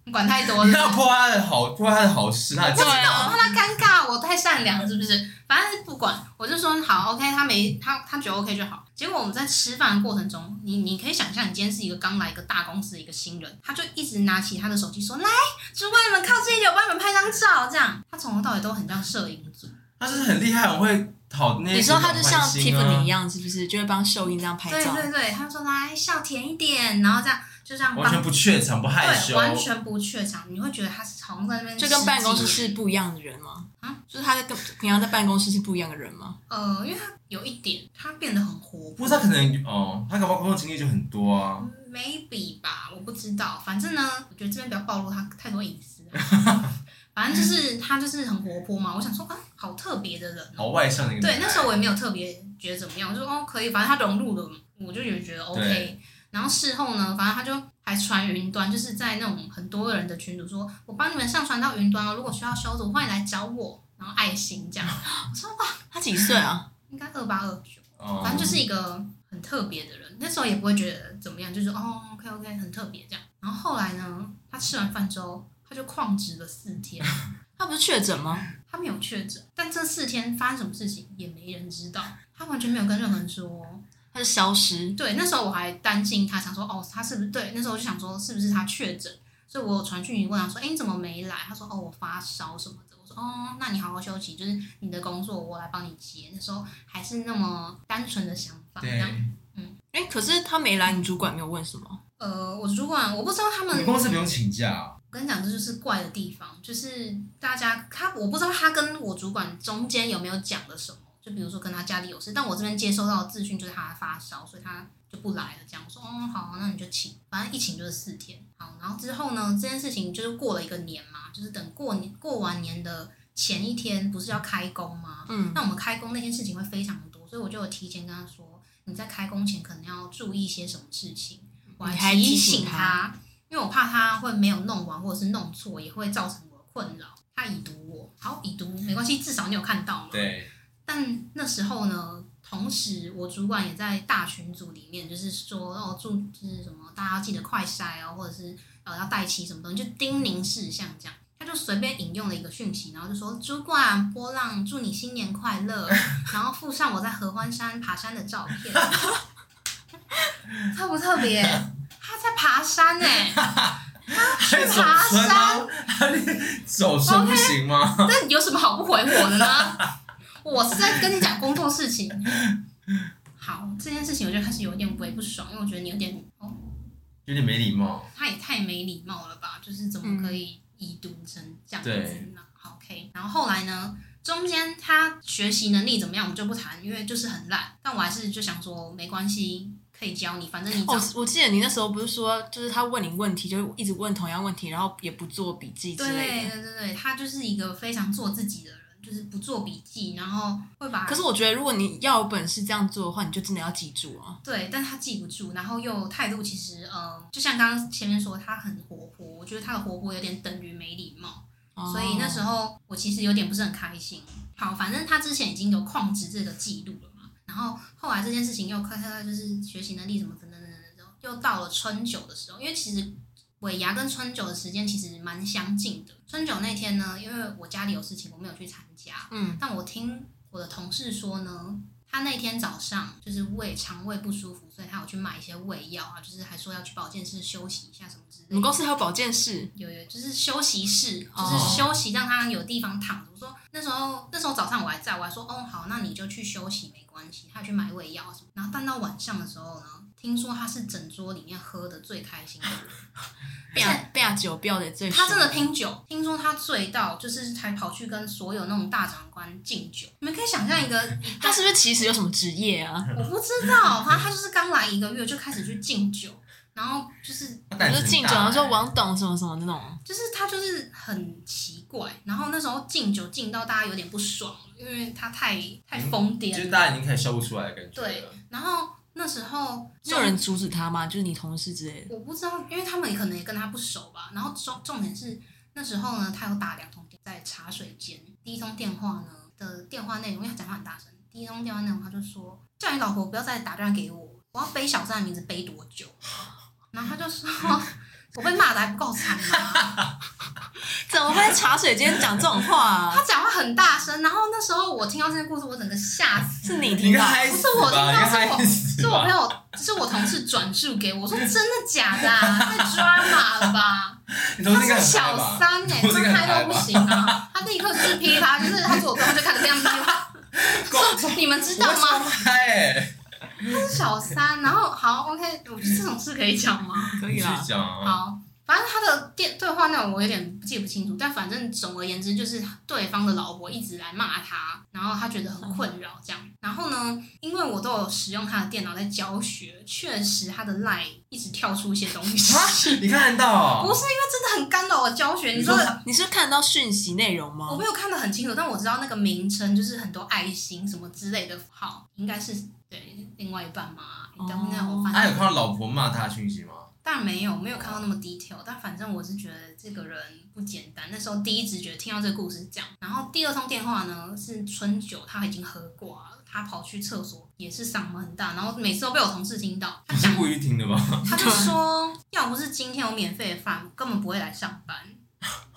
你管太多
你要
了。”
破坏他的好，破坏他的好事，他的
对
技能
啊
我怕他尴尬，我太善良是不是？反正不管，我就说好，OK，他没他他觉得 OK 就好。结果我们在吃饭的过程中，你你可以想象，你今天是一个刚来一个大公司的一个新人，他就一直拿起他的手机说：“来，主管你们靠近一点，我帮你们拍张照。”这样，他从头到尾都很像摄影组。
他就是很厉害，我会讨那些
你说他就像
主管欢心啊
Tiffany 一样，是不是就会帮秀英这样拍照？
对对对，他说来笑甜一点，然后这样就这样
完全不怯场，不害
对，
羞，
完全不怯场，你会觉得他是好像在那边
就跟办公室
十几
是
年
不一样的人吗？
啊，
就是他在跟平常在办公室是不一样的人吗？
呃，因为他有一点他变得很活
不
泼
是他可能哦，他搞不好工作经历就很多啊。
，maybe 吧，我不知道，反正呢，我觉得这边不要暴露他太多隐私了，反正就是他就是很活泼嘛，我想说啊，好特别的人哦，
好外向的一个
对，
女
那
孩
时候我也没有特别觉得怎么样，我就说哦可以，反正他融入了，我就也觉得 OK
对。
然后事后呢，反正他就还传云端，就是在那种很多人的群组说，我帮你们上传到云端哦，如果需要修图，欢迎来找我，然后爱心这样。我说哇，
他几岁啊？
应该二八二九，
哦
反正就是一个很特别的人。那时候也不会觉得怎么样，就是哦 OK OK 很特别这样。然后后来呢，他吃完饭之后，他就旷职了四天，
他不是确诊吗？
他没有确诊，但这四天发生什么事情也没人知道，他完全没有跟任何人说。
他就消失。
对，那时候我还担心他，想说哦，他是不是对？那时候我就想说是不是他确诊，所以我有传讯息问他说，哎，你怎么没来？他说哦，我发烧什么的。我说哦，那你好好休息，就是你的工作我来帮你接。那时候还是那么单纯的想法，这
对
样。，
哎、可是他没来，你主管没有问什么？
呃，我主管我不知道他
你
们，
们公司不用请假啊，
我跟你讲，这就是怪的地方，就是大家他我不知道他跟我主管中间有没有讲了什么，就比如说跟他家里有事，但我这边接收到的资讯就是他发烧，所以他就不来了。这样我说，哦，好，那你就请，反正一请就是四天。好，然后之后呢，这件事情就是过了一个年嘛，就是等过年过完年的前一天，不是要开工吗？
嗯，
那我们开工那件事情会非常多，所以我就有提前跟他说，你在开工前可能要注意一些什么事情。我
嗯你还
提
提醒
醒他，因为我怕他会没有弄完或者是弄错，也会造成我的困扰。他已读我，好已读没关系，至少你有看到嘛。
对，
但那时候呢，同时我主管也在大群组里面，就是说哦，注就是什么，大家要记得快筛哦，或者是呃要带齐什么东西，就叮咛事项这样。他就随便引用了一个讯息，然后就说：“主管波浪，祝你新年快乐。” 然后附上我在合欢山爬山的照片，特不特别？他在爬山欸呢、
还走
爬
村
山
吗？ 还走村不行吗？
那有什么好不回我的呢？我是在跟你讲工作事情。好，这件事情我就开始有点微不爽，因为我觉得你有点哦，
有点没礼貌。
他也太没礼貌了吧？就是怎么可以已读成这样子
对
呢？好，OK。然后后来呢，中间他学习能力怎么样，我们就不谈，因为就是很烂。但我还是就想说，没关系，可以教你，反正你
哦
找。，
我记得你那时候不是说，就是他问你问题，就一直问同样问题，然后也不做笔记之
对
类
对
的。
对对，他就是一个非常做自己的人，就是不做笔记，然后会把
可是我觉得，如果你要有本事这样做的话，你就真的要记住啊。
对，但他记不住，然后又态度其实，嗯、就像刚刚前面说，他很活泼，我觉得他的活泼有点等于没礼貌，
哦
所以那时候我其实有点不是很开心。好，反正他之前已经有旷职这个记录了嘛，然后后来这件事情又快快快，就是学习能力什么等等等等等等，又到了春酒的时候，因为其实尾牙跟春酒的时间其实蛮相近的。春酒那天呢，因为我家里有事情，我没有去参加，
嗯，
但我听我的同事说呢，他那天早上就是胃肠胃不舒服，所以他有去买一些胃药啊，就是还说要去保健室休息一下什么之
你
类
们公
的。
司还有保健室，
有有，就是休息室，就
哦
是休息，让他有地方躺着。我说那时候那时候早上我还在，我还说哦好，那你就去休息没关系。他有去买胃药啊什么，然后但到晚上的时候呢，听说他是整桌里面喝的最开心 的人。
变变啊酒变的最
他真的
凶
拼酒，听说他醉到就是还跑去跟所有那种大长官敬酒。你们可以想象 一个，
他是不是其实有什么职业啊？
我不知道，反正他就是刚来一个月就开始去敬酒，然后就是
他
比
胆子
如说
很
敬酒，
大
然后
欸
说王董什么什么那种，
就是他就是很奇怪，然后那时候敬酒敬到大家有点不爽了，因为他太太疯
嗯
就
癫
是
了，
大家已经开始笑不出来的感觉了。
对，然后那时候
没有人阻止他吗？就是你同事之类的。
我不知道，因为他们可能也跟他不熟吧。然后重重点是那时候呢，他有打两通电在茶水间。第一通电话呢的电话内容，因为他讲话很大声，第一通电话内容他就说：“叫你老婆不要再打电话给我，我要背小三的名字背多久？”然后他就说：“ 我被骂的还不够惨吗？”
怎么会在茶水间讲这种话啊？
他讲话很大声，然后那时候我听到这个故事，我整个吓 死。
是你
你应
听
该
到？
嗨
不
死
是我听
吧？应
到
该
是我
嗨死
是我朋
吧？
友，是我同事转述给我，我说真的假的、啊？太 drama 了吧？
你同事
他
应该
是
很嗨
小
吧？
三哎、
不是
他
应该很
嗨
嗨
都
吧
不行啊！他立刻就是批他，就是他坐我边，他就开始这样批他。说 你们知道
我超
吗？
嗨欸！
他是小三，然后好 OK，我这种事可以讲吗？
可
你
以
去
啦，
讲啊，
好，反正他的电对话内容我有点记不清楚，但反正总而言之就是对方的老婆一直来骂他，然后他觉得很困扰这样。然后呢，因为我都有使用他的电脑在教学，确实他的 line 一直跳出一些东西，
啊你看得到
不
哦？
是因为真的很干扰我教学，你
你
说
说
你是看得到讯息内容
我
吗
没？有看得很清楚，但我知道那个名称就是很多爱心什么之类的符号，应该是对另外一半嘛。
哦
等那我
他
反
啊有看
正
到老婆骂他的讯息吗？
当然没有没有看到那么 detail，但反正我是觉得这个人不简单。那时候第一直觉听到这个故事是这样，然后第二通电话呢是春酒，他已经喝挂了，他跑去厕所也是嗓门很大，然后每次都被我同事听到，他
你是
讲
故意听的吧？
他就说，要不是今天有免费的饭，我根本不会来上班。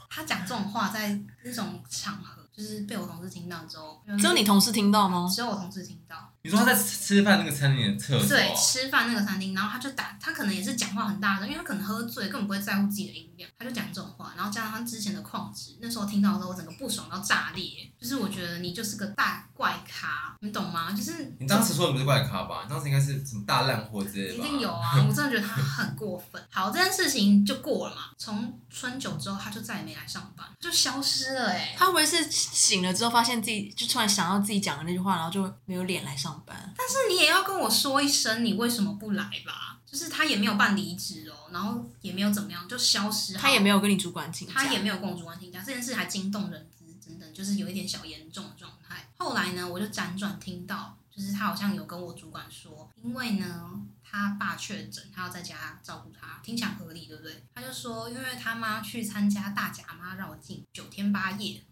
他讲这种话在那种场合，就是被我同事听到之后，
只有你，同事听到吗？
只有我同事听到。
你说他在吃饭那个餐厅的厕所，
对，吃饭那个餐厅，然后他就打，他可能也是讲话很大声，因为他可能喝醉，根本不会在乎自己的音量，他就讲这种话，然后加上他之前的旷职，那时候听到之后，我整个不爽到炸裂，就是我觉得你就是个大怪咖，你懂吗？就是
你当时说的不是怪咖吧？你当时应该是什么大烂货之类的
一
吧？
定有啊！我真的觉得他很过分。好，这件事情就过了嘛。从春酒之后，他就再也没来上班，就消失了哎、
他会不会是醒了之后发现自己就突然想到自己讲的那句话，然后就没有脸来上班？
但是你也要跟我说一声，你为什么不来吧？就是他也没有办离职哦，然后也没有怎么样，就消失。
他也没有跟你主管请假，
他也没有跟我主管请假，这件事还惊动人资等等，就是有一点小严重的状态。后来呢，我就辗转听到，就是他好像有跟我主管说，因为呢他爸确诊，他要在家照顾他，听起来很合理，对不对？他就说，因为他妈去参加大甲妈绕境九天八 夜，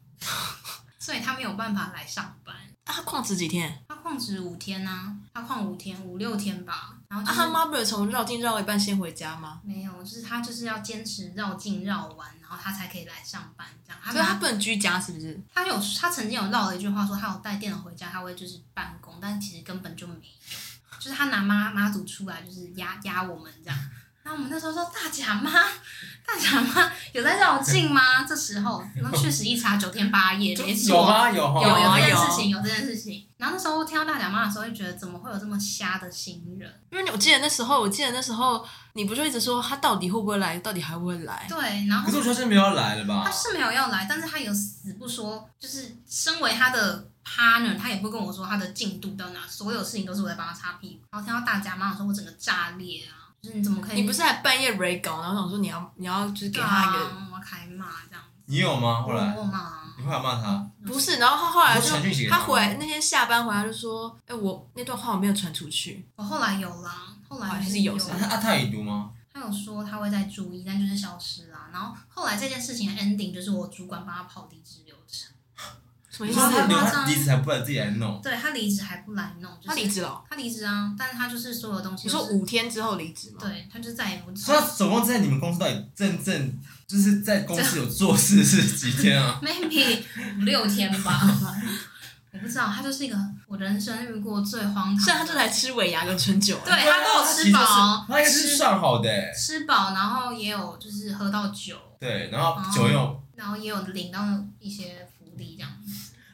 所以他没有办法来上班。
啊他旷职几天？
他旷职五天呐、他旷五天五六天吧，然后就
啊，
是、
他妈不是从绕境绕到一半先回家吗？
没有，就是他就是要坚持绕境绕完，然后他才可以来上班这样。他
所以他不能居家，是不是？
他有他曾经有唠了一句话说，他有带电脑回家，他会就是办公，但其实根本就没有，就是他拿妈妈祖出来就是压压我们这样。然后我们那时候说大甲妈，大甲妈有在绕境吗？这时候，然后确实一查九天八 夜，
就
没
有
错，
吗？有哦
有
啊
这件
有
事情，有这件事情。然后那时候听到大甲妈的时候，就觉得怎么会有这么瞎的新人？
因为你我记得那时候，我记得那时候你不就一直说他到底会不会来，到底还会不会来？
对，然后
可是我觉得他真的没有要来了吧
他？是没有要来，但是他有死不说，就是身为他的 partner，他也不跟我说他的进度到哪，所有事情都是我在帮他擦屁股。然后听到大家妈的时候，我整个炸裂啊！就是你怎么可以？
你不是还半夜 re 稿，然后想说你要你要就是给
对
他
啊
一个、，
我要开骂这样子。
你有吗？后来
我骂，
你后来骂他，
不是，然后他后来
我传讯息
就
给他
他回来那天下班回来就说，哎、我那段话我没有传出去，
我后来有啦，后来
啊
就
还
是
是有
有
是
啊他啊他有读吗？
他有有说他会在注意，但就是消失啦。然后后来这件事情的 ending 就是我主管帮他跑离职流程，
什么
你
意
说
思？
他
没
留
有
他离职还不来自己来弄，
对他离职还不来弄，就是、
他离职了哦？
他离职啊，但是他就是所有东西
你
都
说
是、
五天之后离职吗？
对，他就再也不
所以他总共在你们公司到底真正就是在公司有做事是几天啊？
maybe 五六天吧，我不知道，他就是一个我人生遇过最荒唐的，
虽然他就来吃尾牙跟春酒，啊
对他都有吃
他
饱
应该是算好的、欸，
吃饱，然后也有就是喝到酒，
对，然后酒又
然后也有领到一些福利，这样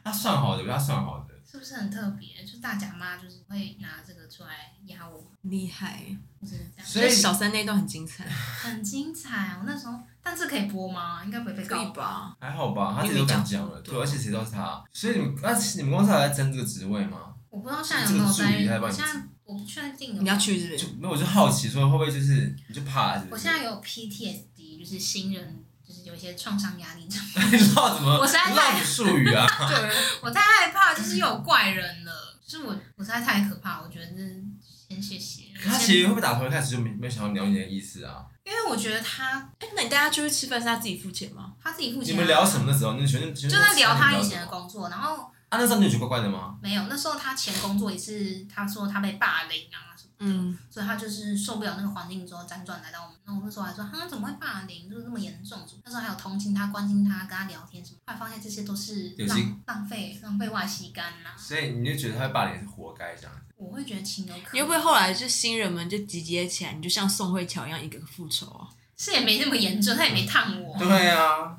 他啊算好的，他算好的，
是不是很特别？就大甲妈就是会拿这个出来压我，
厉害。
就是这样，
所以
小三那一段很精彩，
很精彩。我那时候，但这可以播吗？应该不会被
可以
告吧？
吧？
还好吧，他自己都敢讲了，对，而且谁都是他，所以你们那你们公司还在争这个职位吗？
我不知道现在有没有
这个助理还
在，
帮
我
你
现在我不确定有
你
没有
要。去是不？
就是没有，我就好奇说会不会就是你就怕是不是？
我现在有 PTSD，就是新人，就是有一些创伤压力症。
你知道怎么
我实在太
烂术语 啊？
对，
我太害怕，就是又有怪人了，就是我我实在太可怕。我觉得真先谢谢，
他
先
其实会不会打从一开始就没没想要聊你的意思啊？
因为我觉得他
哎，那你带他出去吃饭是他自己付钱吗？
他自己付
你
钱、啊。
们聊什？么的时候，你全全就
就在聊他以前的工作，然后
啊，那时候你有觉得怪怪的吗？
没有，那时候他前工作也是，他说他被霸凌啊什么，
嗯，
所以他就是受不了那个环境之后，辗转来到我们。那我那时候还说，他怎么会霸凌，就是那么严重？那时候还有同情他、关心他、跟他聊天什么，后来发现这些都是
有
浪
心
浪费浪费外吸干啦、
所以你就觉得他被霸凌是活该这样子？
我会觉得情有可
你会不会后来就新人们就集结起来，你就像宋慧乔一样一个个复仇啊？
是也没那么严重，他也没烫我。
对啊，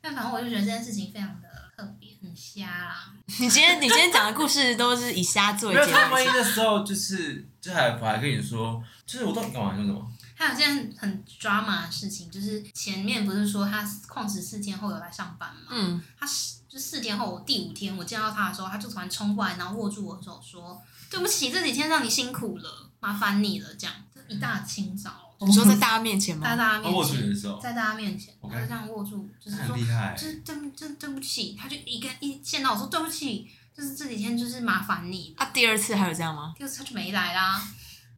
但反正我就觉得这件事情非常的特别，很瞎啦。
你今天你今天讲的故事都是以瞎作为
没有
结
他万一
尾，
那时候就是就还我还跟你说，就是我到底干嘛说什么？
还有一件很 drama 的事情，就是前面不是说他旷职四天后有来上班吗？
嗯，
他四就四天后，我第五天我见到他的时候，他就突然冲过来，然后握住我的手说：“对不起，这几天让你辛苦了，麻烦你了。”这样一大清早，
你说在大家面前
在
吗？
大家
他哦握
面
住你
前，
的手，
在大家面前，
我
他
看
就这样握住，就
他
是说
很厉害
就。是对不真对不起，他就一个一见到我说对不起，就是这几天就是麻烦你了。
啊，第二次还有这样吗？
第二次他就没来啦，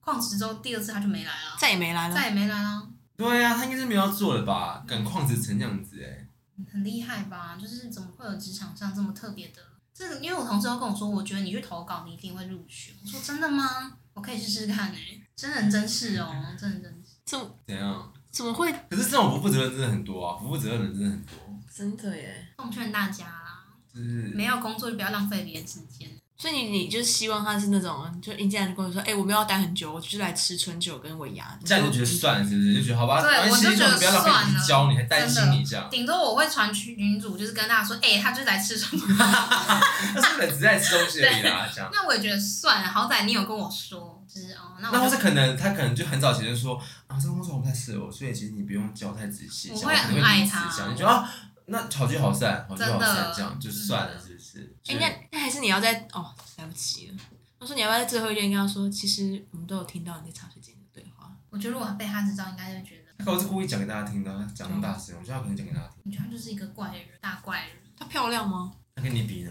旷职之后第二次他就没来啦，
再也没来了。
再也没来啦，
对啊，他应该是没有要做了吧？敢旷职成这样子哎、
很厉害吧？就是怎么会有职场上这么特别的？这个因为我同事都跟我说，我觉得你去投稿，你一定会入选。我说真的吗？我可以试试看哎、真人真事哦，真人真事。
怎么
怎样？
怎么会？
可是这种不负责任真的很多啊，不负责任的人真的很多，
真的耶！
奉劝大家啦，
就是
没有工作就不要浪费别人时间。
所以你你就是希望他是那种，就一进来就跟我说，哎、我没有要待很久，我就是来吃春酒跟尾牙。
这样你就觉得算了是不是？就觉得好吧，
对
没关系
我就觉得
不要浪费
算
你
了
去教你，还担心你这样。
顶多我会传群群主，就是跟大家说，哎、他就来吃什么。
那是不是只是在吃东西而已啊啦？这样。
那我也觉得算了，好歹你有跟我说，就是哦，那
那
我
或
就是
可能他可能就很早前就说啊，这个工作我不太适合我，所以其实你不用教太仔细，
我
讲
会
可能
很爱
会离职
他
这样你就啊，那好聚好散，好聚好
真
散
的嗯
这样就算了，是不是？
哎、
就是
那那还是你要在哦，来不及了。我说你要不要在最后一天跟他说，其实我们都有听到你在茶水间的对话。
我觉得如果被他知道，应该就觉得，
他可能是故意讲给大家听的，啊讲那么大声，我觉得他可能讲给大家听。
你觉得他就是一个怪人，大怪人。
她漂亮吗？
那跟你比呢？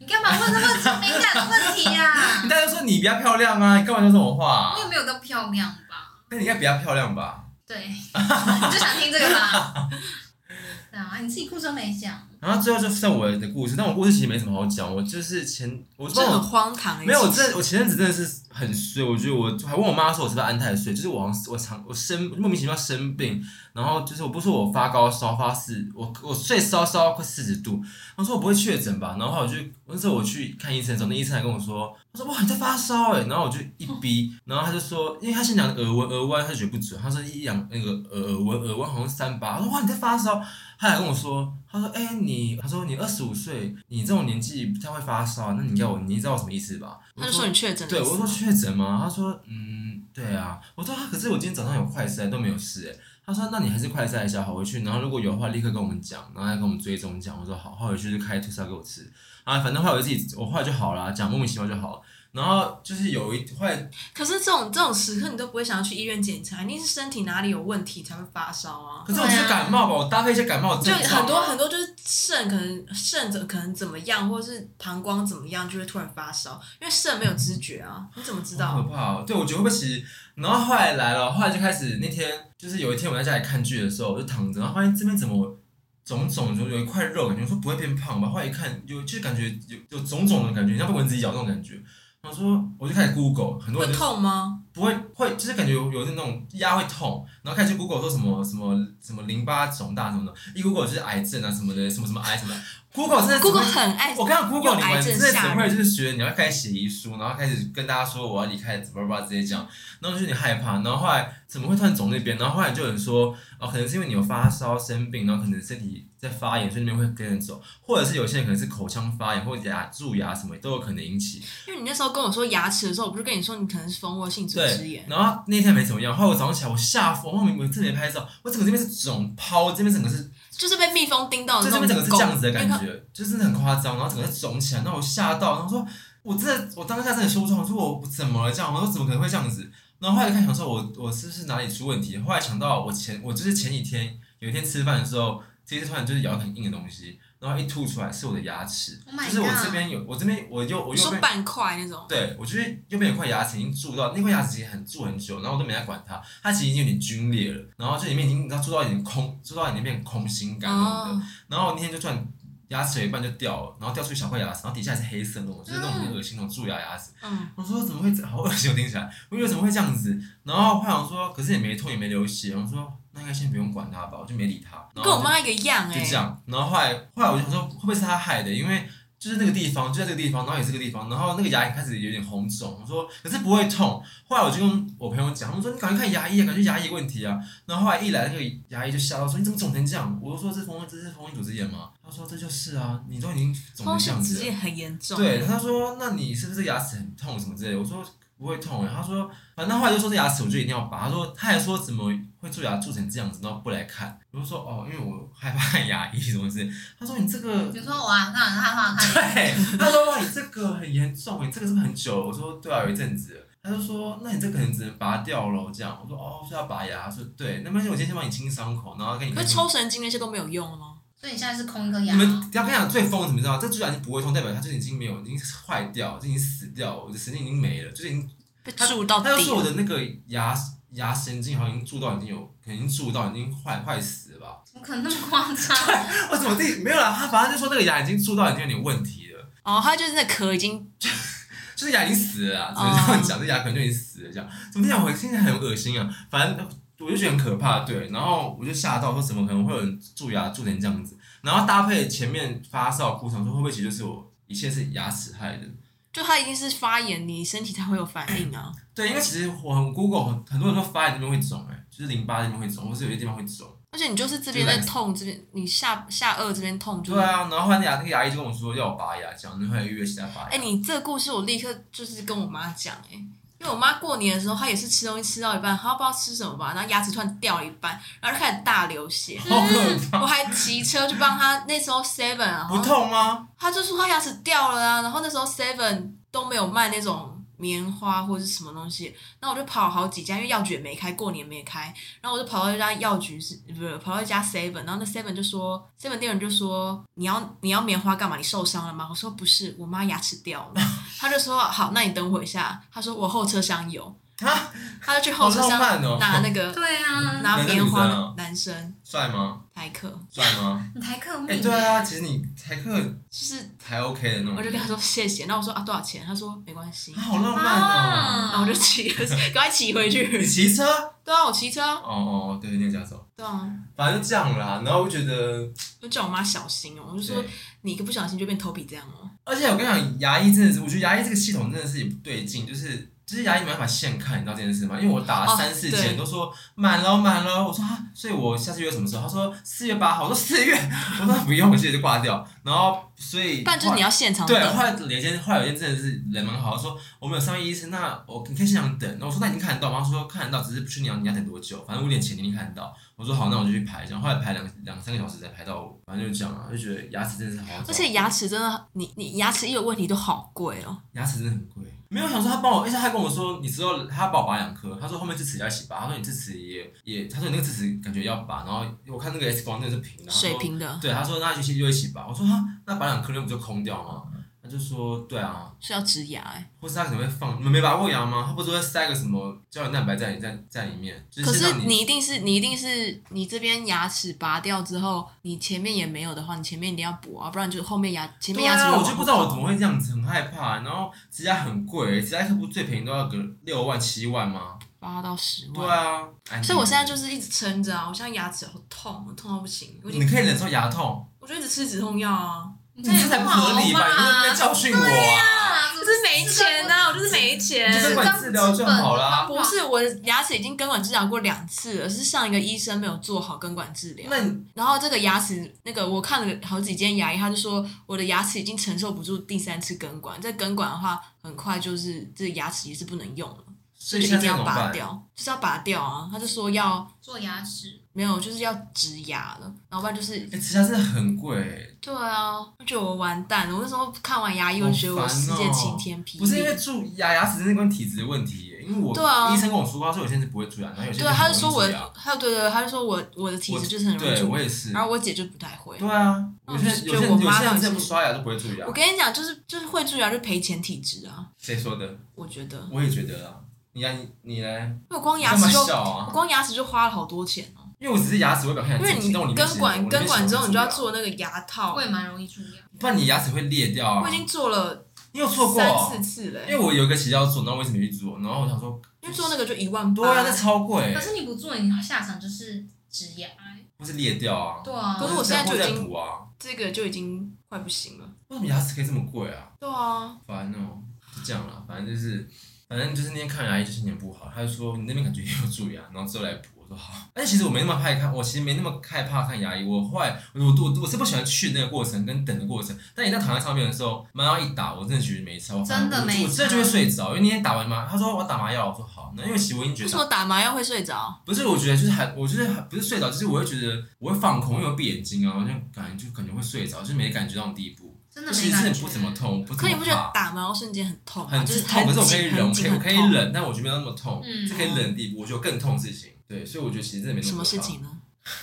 你干嘛问那么敏感的问题呀、
你大家都说你比较漂亮啊，你干嘛说这种话、啊
我？也没有到漂亮吧？
那你应该比较漂亮吧？
对，你就想听这个吧？对啊，你自己故事都没讲，
然后最后就剩我的故事，但我故事其实没什么好讲，我就是前我
这
帮
很
我
荒唐哎、
没有，我
其实
这我前阵子真的是很衰，我觉得我还问我妈说我是不是安太岁，就是我好像我常我生莫名其妙生病，然后就是我不是说我发高烧发四，我我睡烧烧到快四十度，她说我不会确诊吧，然后后来我就那时候我去看医生的时候，那医生还跟我说，他说哇你在发烧哎、然后我就一逼，然后他就说，因为他先量耳温，耳温他觉得不准，他说一量那个耳耳温，耳温好像三八，他说哇你在发烧，他还跟我说，他说哎、你，他说你二十五岁，你这种年纪不太会发烧，那你要我你知道我什么意思吧？
他就说你确诊了。
对，我说确诊吗？他说，嗯，对啊。我说啊，可是我今天早上有快筛都没有事哎。他说，那你还是快筛一下好回去，然后如果有的话立刻跟我们讲，然后再跟我们追踪讲。我说好，后来回去就开退烧给我吃啊，反正后来我自己我后来就好了，讲莫名其妙就好。然后就是有一后来
可是这种这种时刻，你都不会想要去医院检查，一定是身体哪里有问题才会发烧啊。
可是我是感冒吧，我啊搭配一些感冒的
就
症状
很多很多就是肾可能肾怎可能怎么样，或是膀胱怎么样，就会突然发烧，因为肾没有知觉啊，你怎么知
好
道
可？怕哦！对，我觉得会不会其实，然后后来来了，后来就开始那天就是有一天我在家里看剧的时候，我就躺着，然后发现这边怎么肿肿，就有一块肉，感觉说不会变胖吧？后来一看，有就是感觉有有肿肿的感觉，像被蚊子咬那种感觉。然后说，我就开始 Google，很多
会
人就
痛吗？
不会会就是感觉有有那种压会痛，然后开始去 Google 说什么什么什么淋巴肿大什么的，一 Google 就是癌症啊什么的，什么什么癌什么的，Google 真的只会
Google 很爱
我看到 Google
用
你
哎癌
们
症
真的只
吓人
会就是学你要开始写遗书，然后开始跟大家说我要离开，怎么吧直接讲，然后就是你害怕，然后后来怎么会突然肿那边？然后后来就有人说，哦，可能是因为你有发烧生病，然后可能身体在发炎，所以那边会跟着走，或者是有些人可能是口腔发炎或者牙蛀牙什么都有可能引起。
因为你那时候跟我说牙齿的时候，我不是跟你说你可能是蜂窝性组织
对
炎，，
然后那天没怎么样，后来我早上起来我吓疯，我明明真的没拍照，我整个这边是肿泡，这边整个是
就是被蜜蜂叮到的
就
那
这边整
种
个是这样子的感
狗。
觉，就是很夸张，然后整个是肿起来，然后我吓到，然后说，我真的，我当下真的说不出来，我说我怎么了这样，我说怎么可能会这样子？然后后来就开始想说我，我是不是哪里出问题？后来想到我前我就是前几天有一天吃饭的时候，这一次突然就是咬一个很硬的东西，然后一吐出来是我的牙齿
Oh my
就是我
god
这边有我这边我右我
你
右
说
边。
半块那种，
对，我觉得右边有块牙齿已经蛀到，那块牙齿其实很蛀很久，然后我都没在管它，它其实已经有点皲裂了，然后这里面已经你知道蛀到已经空，蛀到已经变空心感那种的，
哦，
然后那天就突然牙齿有一半就掉了，然后掉出一小块牙齿，然后底下也是黑色的那种，就是那种很恶心那种蛀牙牙齿。
嗯，
我说怎么会这好恶心，我听起来，我以为怎么会这样子？然后后来我说，可是也没痛也没流血，我说那应该先不用管它吧，我就没理它。然
跟
后
我妈一个样
就
哎、
就这样，然后后来后来我就想说，会不会是它害的？因为就是那个地方，就在这个地方，然后也是这个地方，然后那个牙龈开始有点红肿。我说可是不会痛。后来我就跟我朋友讲，他们说你赶快看牙医啊，感觉牙医有问题啊。然后后来一来，那个牙医就吓到说：“你怎么肿成这样？”我就说：“这是蜂这是蜂窝组织炎吗？”他说：“这就是啊，你都已经肿成
风
这
险
样
直
子
接
了。
很严”重，
对，，他说：“那你是不是牙齿很痛什么之类的？”我说：“不会痛。”他说：“反正后来就说这牙齿我就一定要拔。”他说：“他还说怎么会蛀牙蛀成这样子，然后不来看。”我就说：“哦，因为我害怕看牙医什么之类。”他说：“你这个
比如说我啊，看看看看，
对，他说哇，你这个很严重，你这个是不是很久了？我说对啊，有一阵子了。他就说，那你这个可能只能拔掉了，这样。我说哦，是要拔牙。他说对，那没关系，我今天先帮你清伤口，然后跟你
可
看
是抽神经那些都没有用了吗？
所以你现在是空一颗
你
牙。
们要跟你讲最疯的怎么知道？这蛀牙已经不会痛，代表它就已经没有，已经坏掉，就已经死掉，我的神经已经没了，就是已经
被
他
蛀到
他
底
就说我
了，
的那个牙牙神经好像已经蛀到已经有，可能已经蛀到已经坏坏死了吧。
怎么可能那么夸 张？
为什么自己没有啦？他反正就说那个牙已经蛀到已经有点问题了。
哦，他就是那壳已经
就是牙已经死了啊，只能这样讲，这牙可能就已经死了这样。怎么听起来我现在很恶心啊？反正我就觉得很可怕，对。然后我就吓到说，怎么可能会有人蛀牙蛀成这样子？然后搭配前面发烧的过程，说会不会其实就是我一切是牙齿害的？
就他一定是发炎，你身体才会有反应啊。
对，因为其实我很 Google 很很多人说发炎那边会肿，哎，就是淋巴那边会肿，或是有些地方会肿。
而且你就是这边在痛，这边你下下颚这边痛就
对。啊，然后后来那牙那个牙医就跟我说要我拔牙，这样，然后还预约其他拔牙。
哎、你这个故事我立刻就是跟我妈讲哎、因为我妈过年的时候她也是吃东西吃到一半，她不知道吃什么吧，然后牙齿突然掉了一半，然后就开始大流血。
好可
我还骑车去帮她，那时候 Seven 啊，
不痛吗？
他就说他牙齿掉了啊，然后那时候 Seven 都没有卖那种棉花或者是什么东西，那我就跑好几家，因为药局也没开，过年没开，然后我就跑到一家药局是不是跑到一家 Seven，然后那 Seven 就说 Seven 店员就说你要你要棉花干嘛？你受伤了吗？我说不是，我妈牙齿掉了，他就说好，那你等我一下，他说我后车厢有，
啊，
他就去后车
好
厢
浪漫哦
拿那个、
对啊，
拿
男生
棉花
女生啊
的男生
帅吗？
台客，
帅 吗？
你台客
哎、
命。
对啊，其实你台客
就是
还 OK 的那种。
我就跟他说谢谢，那我说啊多少钱？他说没关系
啊。好浪漫哦！
然后
啊
我就骑， 赶快骑回
你
去。
骑车？
对啊，我骑车啊，
哦哦，对，你有驾照。
对啊，
反正就这样啦，然后我觉得，
就叫我妈小心哦、我就说
对，
你一个不小心就变头皮这样哦、
而且我跟你讲，牙医真的是，我觉得牙医这个系统真的是也不对劲，就是就是牙医没办法现看，你知道这件事吗？因为我打
哦
三四
对
千都说满了满了，我说啊，所以我下次约什么时候？他说四月八号，我说四月，我说不用，我直接就挂掉。然后所以
不然就是你要现场
对，
等
后来有一天，后来有一天真的是人蛮好，说我们有上面医生，那我你可以现场等。然后我说那你已经看得到吗？他说看得到，只是不确定你要你要等多久，反正五点前你一定看得到。我说好，那我就去排。然后后来排两两三个小时才排到我，反正就这样啊，就觉得牙齿真的是好好找，
而且牙齿真的，你你牙齿一有问题都好贵哦、
牙齿真的很贵。没有想说他帮我，而且他还跟我说，你知道他帮我拔两颗，他说后面智齿要一起拔，他说你智齿也也，他说你那个智齿感觉要拔，然后我看那个 X 光那个是平的，
水平
然
的
后，对，他说那就先就一起拔，我说哈，那拔两颗那不就空掉吗？他就说对啊，
是要植牙哎、
或是他可能会放，你们没拔过牙吗？他不是会塞个什么胶原蛋白在你在在里面，就
可
是先
是
让
你一定是你一定是你这边牙齿拔掉之后，你前面也没有的话，你前面一定要补啊，不然就后面牙前面
对
牙齿、
啊，我就不知道我怎么会这样子，很害怕。然后指甲很贵，指甲客不最便宜都要个六万七万吗？
八到十万。
对啊，哎
所以我现在就是一直撑着啊，我现在牙齿好痛，我痛到不行，我已
你
经
可以忍受牙痛，
我就一直吃止痛药啊，
你
这才不合理吧？你就是在教训我啊！
啊，
可是没钱呐、我就是没钱
你就。根管治疗就好啦。
不是，我的牙齿已经根管治疗过两次了，是上一个医生没有做好根管治疗。
那你
然后这个牙齿，那个我看了好几间牙医，他就说我的牙齿已经承受不住第三次根管，再根管的话，很快就是这个牙齿也是不能用了，
所
就
以
一
现
定
在怎么
要拔
办？
掉，就是要拔掉啊。他就说要
做牙齿，
没有，就是要植牙了，然后不然就是
哎，指甲真的很贵，
对啊，我觉得我完蛋了。我那时候看完牙医，我觉得我
好烦
世
哦
界晴天霹雳。
不是因为蛀牙，牙齿真的跟体质的问题耶。因为我
对啊
医生跟我说，他说有些人是不会蛀牙，然后有些
对
人
啊，他就
很
说
容易
我
蛀牙，
他对对，他就说我我的体质就是很容易
对
蛀
我
牙，
也是。
然后我姐就不太会。
对啊，有些
就
有些
我
有
妈
些人真
就
的
是
不刷牙都不会蛀牙
我。跟你讲，就是就是会蛀牙就赔钱体质啊，
谁说的？
我觉得，
我也觉得啊。你啊，你你嘞？
因为我光
你
牙
干嘛
齿就
笑
我
啊？
光牙齿就花了好多钱哦、
因为我只是牙齿外表看
因
起来
为
整齐，
你
但我里面其
根管
实
根管之后，你就要，
我
做那个牙套
我。也蛮容易蛀牙。
里面其实不然你牙齿会裂掉啊。
我已经做了
你有做过
三
哦？
四次了、
因为我有一个洗要做，然后我一直没去做，然后我想说，
因为做那个就一万八。
对啊，那超贵
可，是你不做，你下场就是植牙。
不是裂掉啊。
对啊
可，是我现在就已经
再补啊，
这个就已经快不行了。
为什么牙齿可以这么贵啊？
对啊，
烦哦，就这样啦，反正就是，反正就是那天看牙医就心情不好，他就说你那边感觉也有蛀牙，然后之后来补。我说好，但是其实我没那么害怕，我其实没那么害怕看牙医。我后来我我我我是不喜欢去那个过程跟等的过程，但一旦躺在上面的时候，麻药一打，我真的觉得没差，我反而
真的没
我真的
差
就会睡着，因为那天打完麻，他说我打麻药，我说好，那因为其实我已经觉
为
得
什么打麻药会睡着？
不是，我觉得就是还，我就是还不是睡着，就是我会觉得我会放空，因为我闭眼睛啊，我就感觉就感觉会睡着，就是没感觉到那种地步。
真的
其
没
实
感
真的
觉。
不怎么痛，不怎
可你
么
不觉得
怕，
打麻药瞬间很痛吗？
很
就是
痛，可是我可以
紧
忍，我
很
可以
紧
我可以
很痛。
忍，但我觉得没有那么痛，
嗯
是可以忍的地步。我觉得有更痛的事情，对，所以我觉得其实真的没那
什
么
么
可
事
怕
情呢？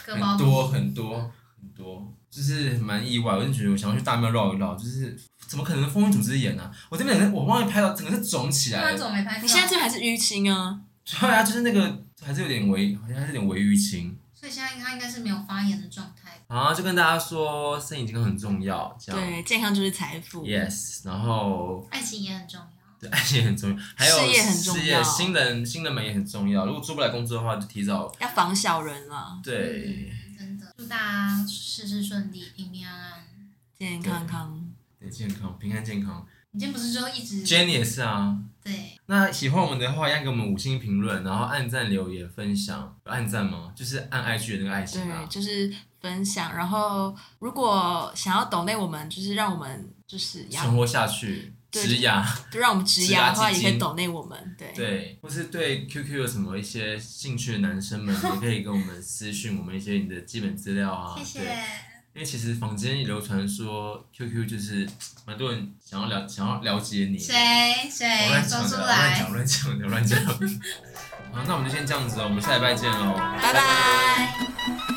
割包
很多很多很多，就是蛮意外。我就觉得我想要去大庙绕一绕，就是怎么可能风雨组织眼呢、啊我这边整个我忘记拍到，整个是肿起
皮，
来
那
了。
种没拍到。
你现在这边还是淤青啊？
对啊，就是那个还是有点微，好像还是有点微淤青。
所以现在他应该是没有发炎的状态。
好，就跟大家说，身体健康很重要，这样。
对，健康就是财富。
Yes，然后
爱情也很重要。
对爱情也很重要，还有
事业很重要
事业新人新人们也很重要。如果做不来工作的话，就提早
要防小人啊啦，
对
嗯，真的，祝大家事事顺利，平平安安。
健健康康。
对健康平安健康。
你今天不是就一直
Jenny 也是啊。
对
那喜欢我们的话，要给我们五星评论，然后按赞、留言、分享。有按赞吗？就是按 IG 的那个爱心
对，
啊。
就是分享。然后如果想要抖内我们，就是让我们就是
存
牙，
活下去，
对
植牙，
就让我们植牙的话，
植牙基金
也可以抖内我们。对，
对，或是对 QQ 有什么一些兴趣的男生们，也可以跟我们私讯我们一些你的基本资料啊。
谢
对
谢。
因为其实坊间也流传说，QQ 就是蛮多人想要了想要了解你。
谁谁
我乱
说
讲
出
的，我乱
来
讲，？我乱讲的， 我乱讲。好，那我们就先这样子哦，我们下礼拜见喽。
拜拜。
拜。